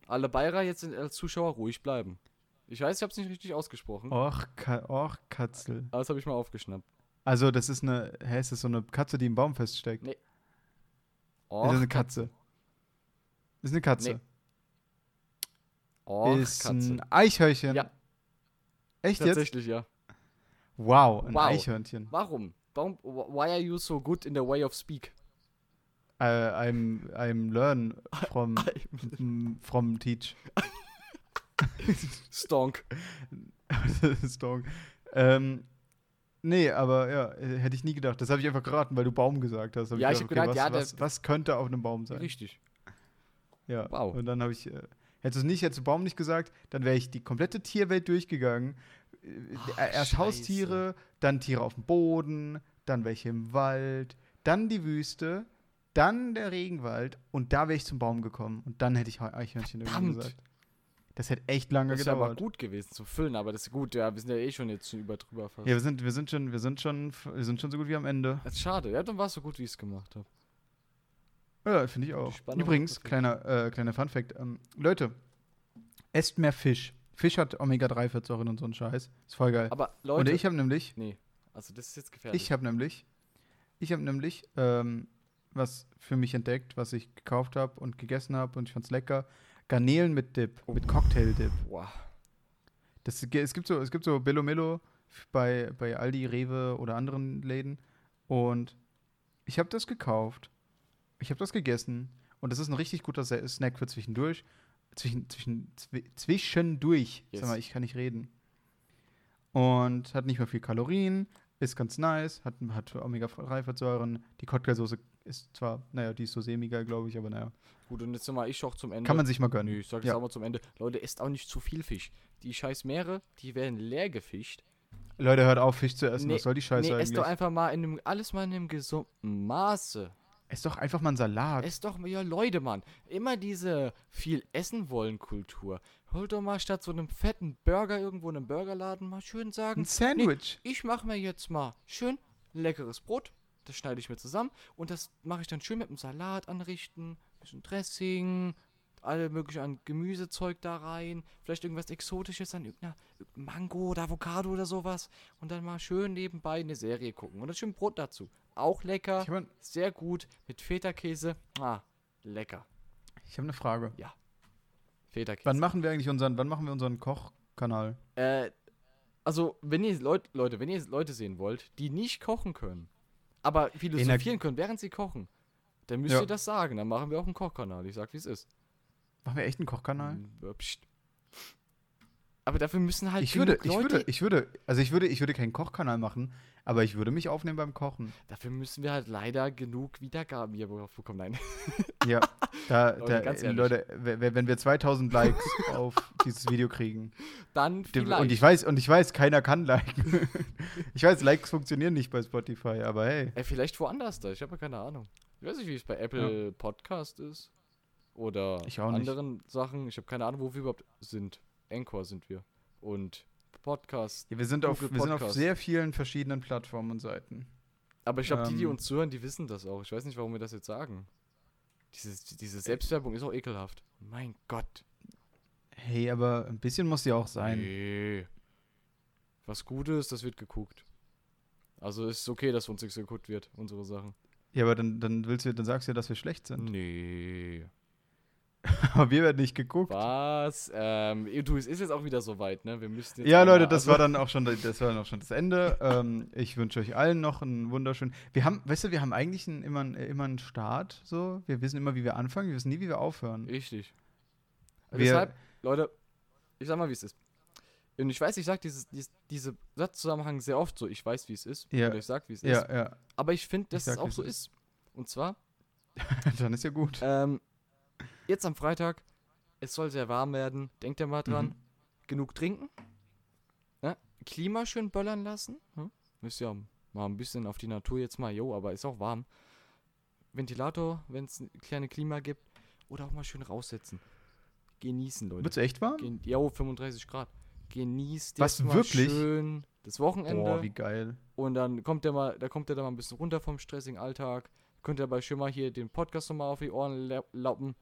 S2: Alle Bayerer jetzt sind als Zuschauer ruhig bleiben. Ich weiß, ich habe es nicht richtig ausgesprochen.
S1: Ohrka Ohrkatzel.
S2: Aber das habe ich mal aufgeschnappt.
S1: Also, das ist eine. Hä, ist das so eine Katze, die im Baum feststeckt?
S2: Nee.
S1: Ist das
S2: Orch,
S1: eine Katze? Ist eine Katze. ist
S2: Orchkatzel.
S1: ein Eichhörnchen.
S2: Ja,
S1: Echt jetzt?
S2: tatsächlich, ja.
S1: Wow, ein
S2: Wow.
S1: Eichhörnchen.
S2: Warum? Warum? Why are you so good in the way of speak?
S1: Äh, I'm, I'm learn from, from teach.
S2: Stonk.
S1: Stonk. Ähm, nee, aber ja, äh, hätte ich nie gedacht. Das habe ich einfach geraten, weil du Baum gesagt hast. Hab
S2: Ja, ich hab gedacht,
S1: was,
S2: ja, der-
S1: was, was könnte auf einem Baum sein?
S2: Richtig.
S1: Ja.
S2: Wow.
S1: Und dann habe ich, äh, hättest du nicht, hättest du Baum nicht gesagt, dann wäre ich die komplette Tierwelt durchgegangen. Äh,
S2: Ach,
S1: Erst
S2: Scheiße.
S1: Haustiere, dann Tiere auf dem Boden, dann welche im Wald, dann die Wüste, dann der Regenwald und da wäre ich zum Baum gekommen und dann hätte ich Heu- Eichhörnchen irgendwie
S2: Verdammt.
S1: gesagt. Das hätte echt lange
S2: Das wäre aber
S1: gedauert.
S2: gut gewesen zu füllen, aber das ist gut, ja, wir sind ja eh schon jetzt über drüber fast.
S1: Ja, wir sind, wir sind schon, wir sind schon, wir sind schon so gut wie am Ende.
S2: Das ist schade, ja, dann war es so gut, wie ich es gemacht habe.
S1: Ja, finde ich auch.
S2: Spannung
S1: Übrigens,
S2: hat gefehlt.
S1: kleiner, äh, kleiner Fun-Fact: ähm, Leute, esst mehr Fisch. Fisch hat Omega-3-Fettsäuren und so ein Scheiß. Ist voll geil.
S2: Aber Leute,
S1: und ich habe nämlich,
S2: also das ist jetzt gefährlich.
S1: ich habe nämlich, ich habe nämlich ähm, was für mich entdeckt, was ich gekauft habe und gegessen habe und ich fand's lecker. Garnelen mit Dip, mit Cocktail-Dip.
S2: Boah.
S1: Das, ge- es gibt so, es gibt so Billo Millo bei, bei Aldi, Rewe oder anderen Läden. Und ich habe das gekauft. Ich habe das gegessen. Und das ist ein richtig guter Se- Snack für zwischendurch. Zwischen, zwischen, zwi- zwischendurch.
S2: Yes.
S1: Sag mal, ich kann nicht reden. Und hat nicht mehr viel Kalorien, ist ganz nice, hat, hat Omega-3-Fettsäuren. Die Cocktailsoße ist zwar, naja, die ist so semi-geil, glaube ich, aber naja.
S2: Gut, und jetzt nochmal ich auch zum Ende.
S1: Kann man sich mal gönnen.
S2: Ne, Nö, ich sag jetzt
S1: ja.
S2: auch mal zum Ende. Leute, esst auch nicht zu viel Fisch. Die scheiß Meere, die werden leer gefischt.
S1: Leute, hört auf, Fisch zu essen.
S2: Nee,
S1: Was soll die Scheiße
S2: nee,
S1: eigentlich?
S2: esst doch einfach mal in einem, alles mal in einem gesunden Maße.
S1: Ess doch einfach mal einen Salat.
S2: Esst doch mal, ja Leute, Mann. Immer diese viel essen wollen Kultur. Holt doch mal statt so einem fetten Burger irgendwo in einem Burgerladen mal schön sagen,
S1: Ein Sandwich.
S2: ich mache mir jetzt mal schön leckeres Brot. Das schneide ich mir zusammen und das mache ich dann schön mit einem Salat anrichten, bisschen Dressing, alle möglichen an Gemüsezeug da rein, vielleicht irgendwas Exotisches, dann irgendeiner irgendein Mango oder Avocado oder sowas und dann mal schön nebenbei eine Serie gucken und dann schön Brot dazu. Auch lecker,
S1: Ich habe ein,
S2: sehr gut, mit Feta-Käse. Ah, lecker.
S1: ich hab eine Frage.
S2: Feta-Käse.
S1: Wann machen wir eigentlich unseren, wann machen wir unseren Kochkanal?
S2: Äh, also, wenn ihr Leut, Leute, wenn ihr Leute sehen wollt, die nicht kochen können, aber philosophieren können, während sie kochen, dann müsst
S1: Ja.
S2: ihr das sagen. Dann machen wir auch einen Kochkanal. Ich sag, wie es ist.
S1: Machen wir echt einen Kochkanal?
S2: Mm, äh, pst. Aber dafür müssen halt
S1: Ich würde,
S2: genug
S1: ich
S2: Leute,
S1: würde, ich würde, also ich würde, ich würde keinen Kochkanal machen, aber ich würde mich aufnehmen beim Kochen.
S2: dafür müssen wir halt leider genug Wiedergaben hier bekommen. Nein,
S1: Ja, da,
S2: Leute,
S1: da,
S2: ganz
S1: Leute,
S2: ehrlich.
S1: Leute, we- we- wenn wir 2000 Likes auf dieses Video kriegen,
S2: dann
S1: dem,
S2: vielleicht.
S1: und ich weiß, und ich weiß, keiner kann liken. ich weiß, Likes funktionieren nicht bei Spotify, aber hey,
S2: Ey, vielleicht woanders da. Ich habe ja keine Ahnung. Ich weiß nicht, wie es bei Apple Podcast ist. Oder
S1: Ich auch nicht.
S2: anderen Sachen. Ich habe keine Ahnung, wo wir überhaupt sind. Anchor sind wir. Und Podcast.
S1: ja, wir sind auf,
S2: Google
S1: wir sind auf
S2: Podcast.
S1: sehr vielen verschiedenen Plattformen und Seiten.
S2: Aber ich glaube, die, die
S1: Ähm.
S2: uns zuhören, die wissen das auch. Ich weiß nicht, warum wir das jetzt sagen. Die Dieses,
S1: Äh.
S2: diese Selbstwerbung ist auch ekelhaft. Mein Gott.
S1: Hey, aber ein bisschen muss sie auch sein.
S2: Nee. Was Gutes, das wird geguckt. Also ist okay, dass uns nichts geguckt wird, unsere Sachen.
S1: Ja, aber dann, dann willst du, dann sagst du ja, dass wir schlecht
S2: Hm.
S1: sind.
S2: Nee.
S1: Aber wir werden nicht geguckt.
S2: Was? Ähm, du, es ist jetzt auch wieder soweit, ne? Wir müssen jetzt
S1: Ja,
S2: einmal-
S1: Leute, das
S2: also-
S1: war dann auch schon, das war dann auch schon das Ende. ähm, ich wünsche euch allen noch einen wunderschönen. Wir haben, weißt du, wir haben eigentlich einen, immer, einen, immer einen Start. So, wir wissen immer, wie wir anfangen, wir wissen nie, wie wir aufhören.
S2: Richtig.
S1: Wir-
S2: Deshalb, Leute, ich sag mal, wie es ist. Und ich weiß, ich sag dieses, dies, diese Satzzusammenhang sehr oft so, ich weiß, wie es ist.
S1: Ja.
S2: Oder ich sag, wie es
S1: Ja,
S2: ist.
S1: ja.
S2: Aber ich finde, dass
S1: sag,
S2: es auch
S1: wie es
S2: so
S1: ist.
S2: ist. Und zwar,
S1: dann ist ja gut.
S2: ähm, jetzt am Freitag, es soll sehr warm werden. Denkt ihr mal dran.
S1: Mhm.
S2: Genug trinken. Ne? Klima schön böllern lassen. Hm? Ist ja mal ein bisschen auf die Natur jetzt mal, jo, aber ist auch warm. Ventilator, wenn es ein kleines Klima gibt. Oder auch mal schön raussetzen. Genießen, Leute.
S1: Wird's echt warm?
S2: Gen jo, 35 Grad. Genießt
S1: Was,
S2: jetzt mal
S1: wirklich?
S2: schön das Wochenende.
S1: Boah, wie geil.
S2: Und dann kommt der mal, da kommt der da mal ein bisschen runter vom stressigen Alltag. Könnt ihr dabei schön mal hier den Podcast nochmal auf die Ohren la- lappen.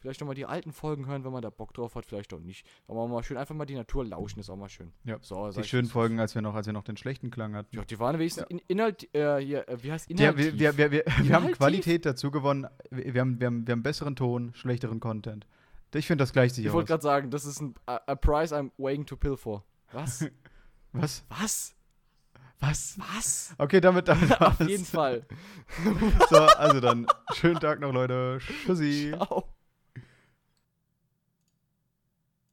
S2: Vielleicht nochmal die alten Folgen hören, wenn man da Bock drauf hat, vielleicht auch nicht. Aber mal schön einfach mal die Natur lauschen, ist auch mal schön.
S1: Ja,
S2: So, sag
S1: Die
S2: ich
S1: schönen
S2: jetzt.
S1: Folgen, als wir noch, als wir noch den schlechten Klang hatten.
S2: Ja, die waren wenigstens in, Inhalt, äh, hier, äh, wie heißt
S1: Ja,
S2: Inhalt?
S1: wir, wir, wir, wir, wir haben
S2: Inhaltiv.
S1: Qualität dazu gewonnen. Wir, wir, haben, wir, haben, wir haben besseren Ton, schlechteren Content. Ich finde, das gleicht sich
S2: ich
S1: aus.
S2: wollte gerade sagen, das ist ein a, a price I'm waiting to pill for. Was?
S1: Was?
S2: Was?
S1: Was?
S2: Was?
S1: Okay, damit, damit
S2: Auf
S1: war's.
S2: jeden Fall.
S1: So, also dann, schönen Tag noch, Leute. Tschüssi.
S2: Ciao.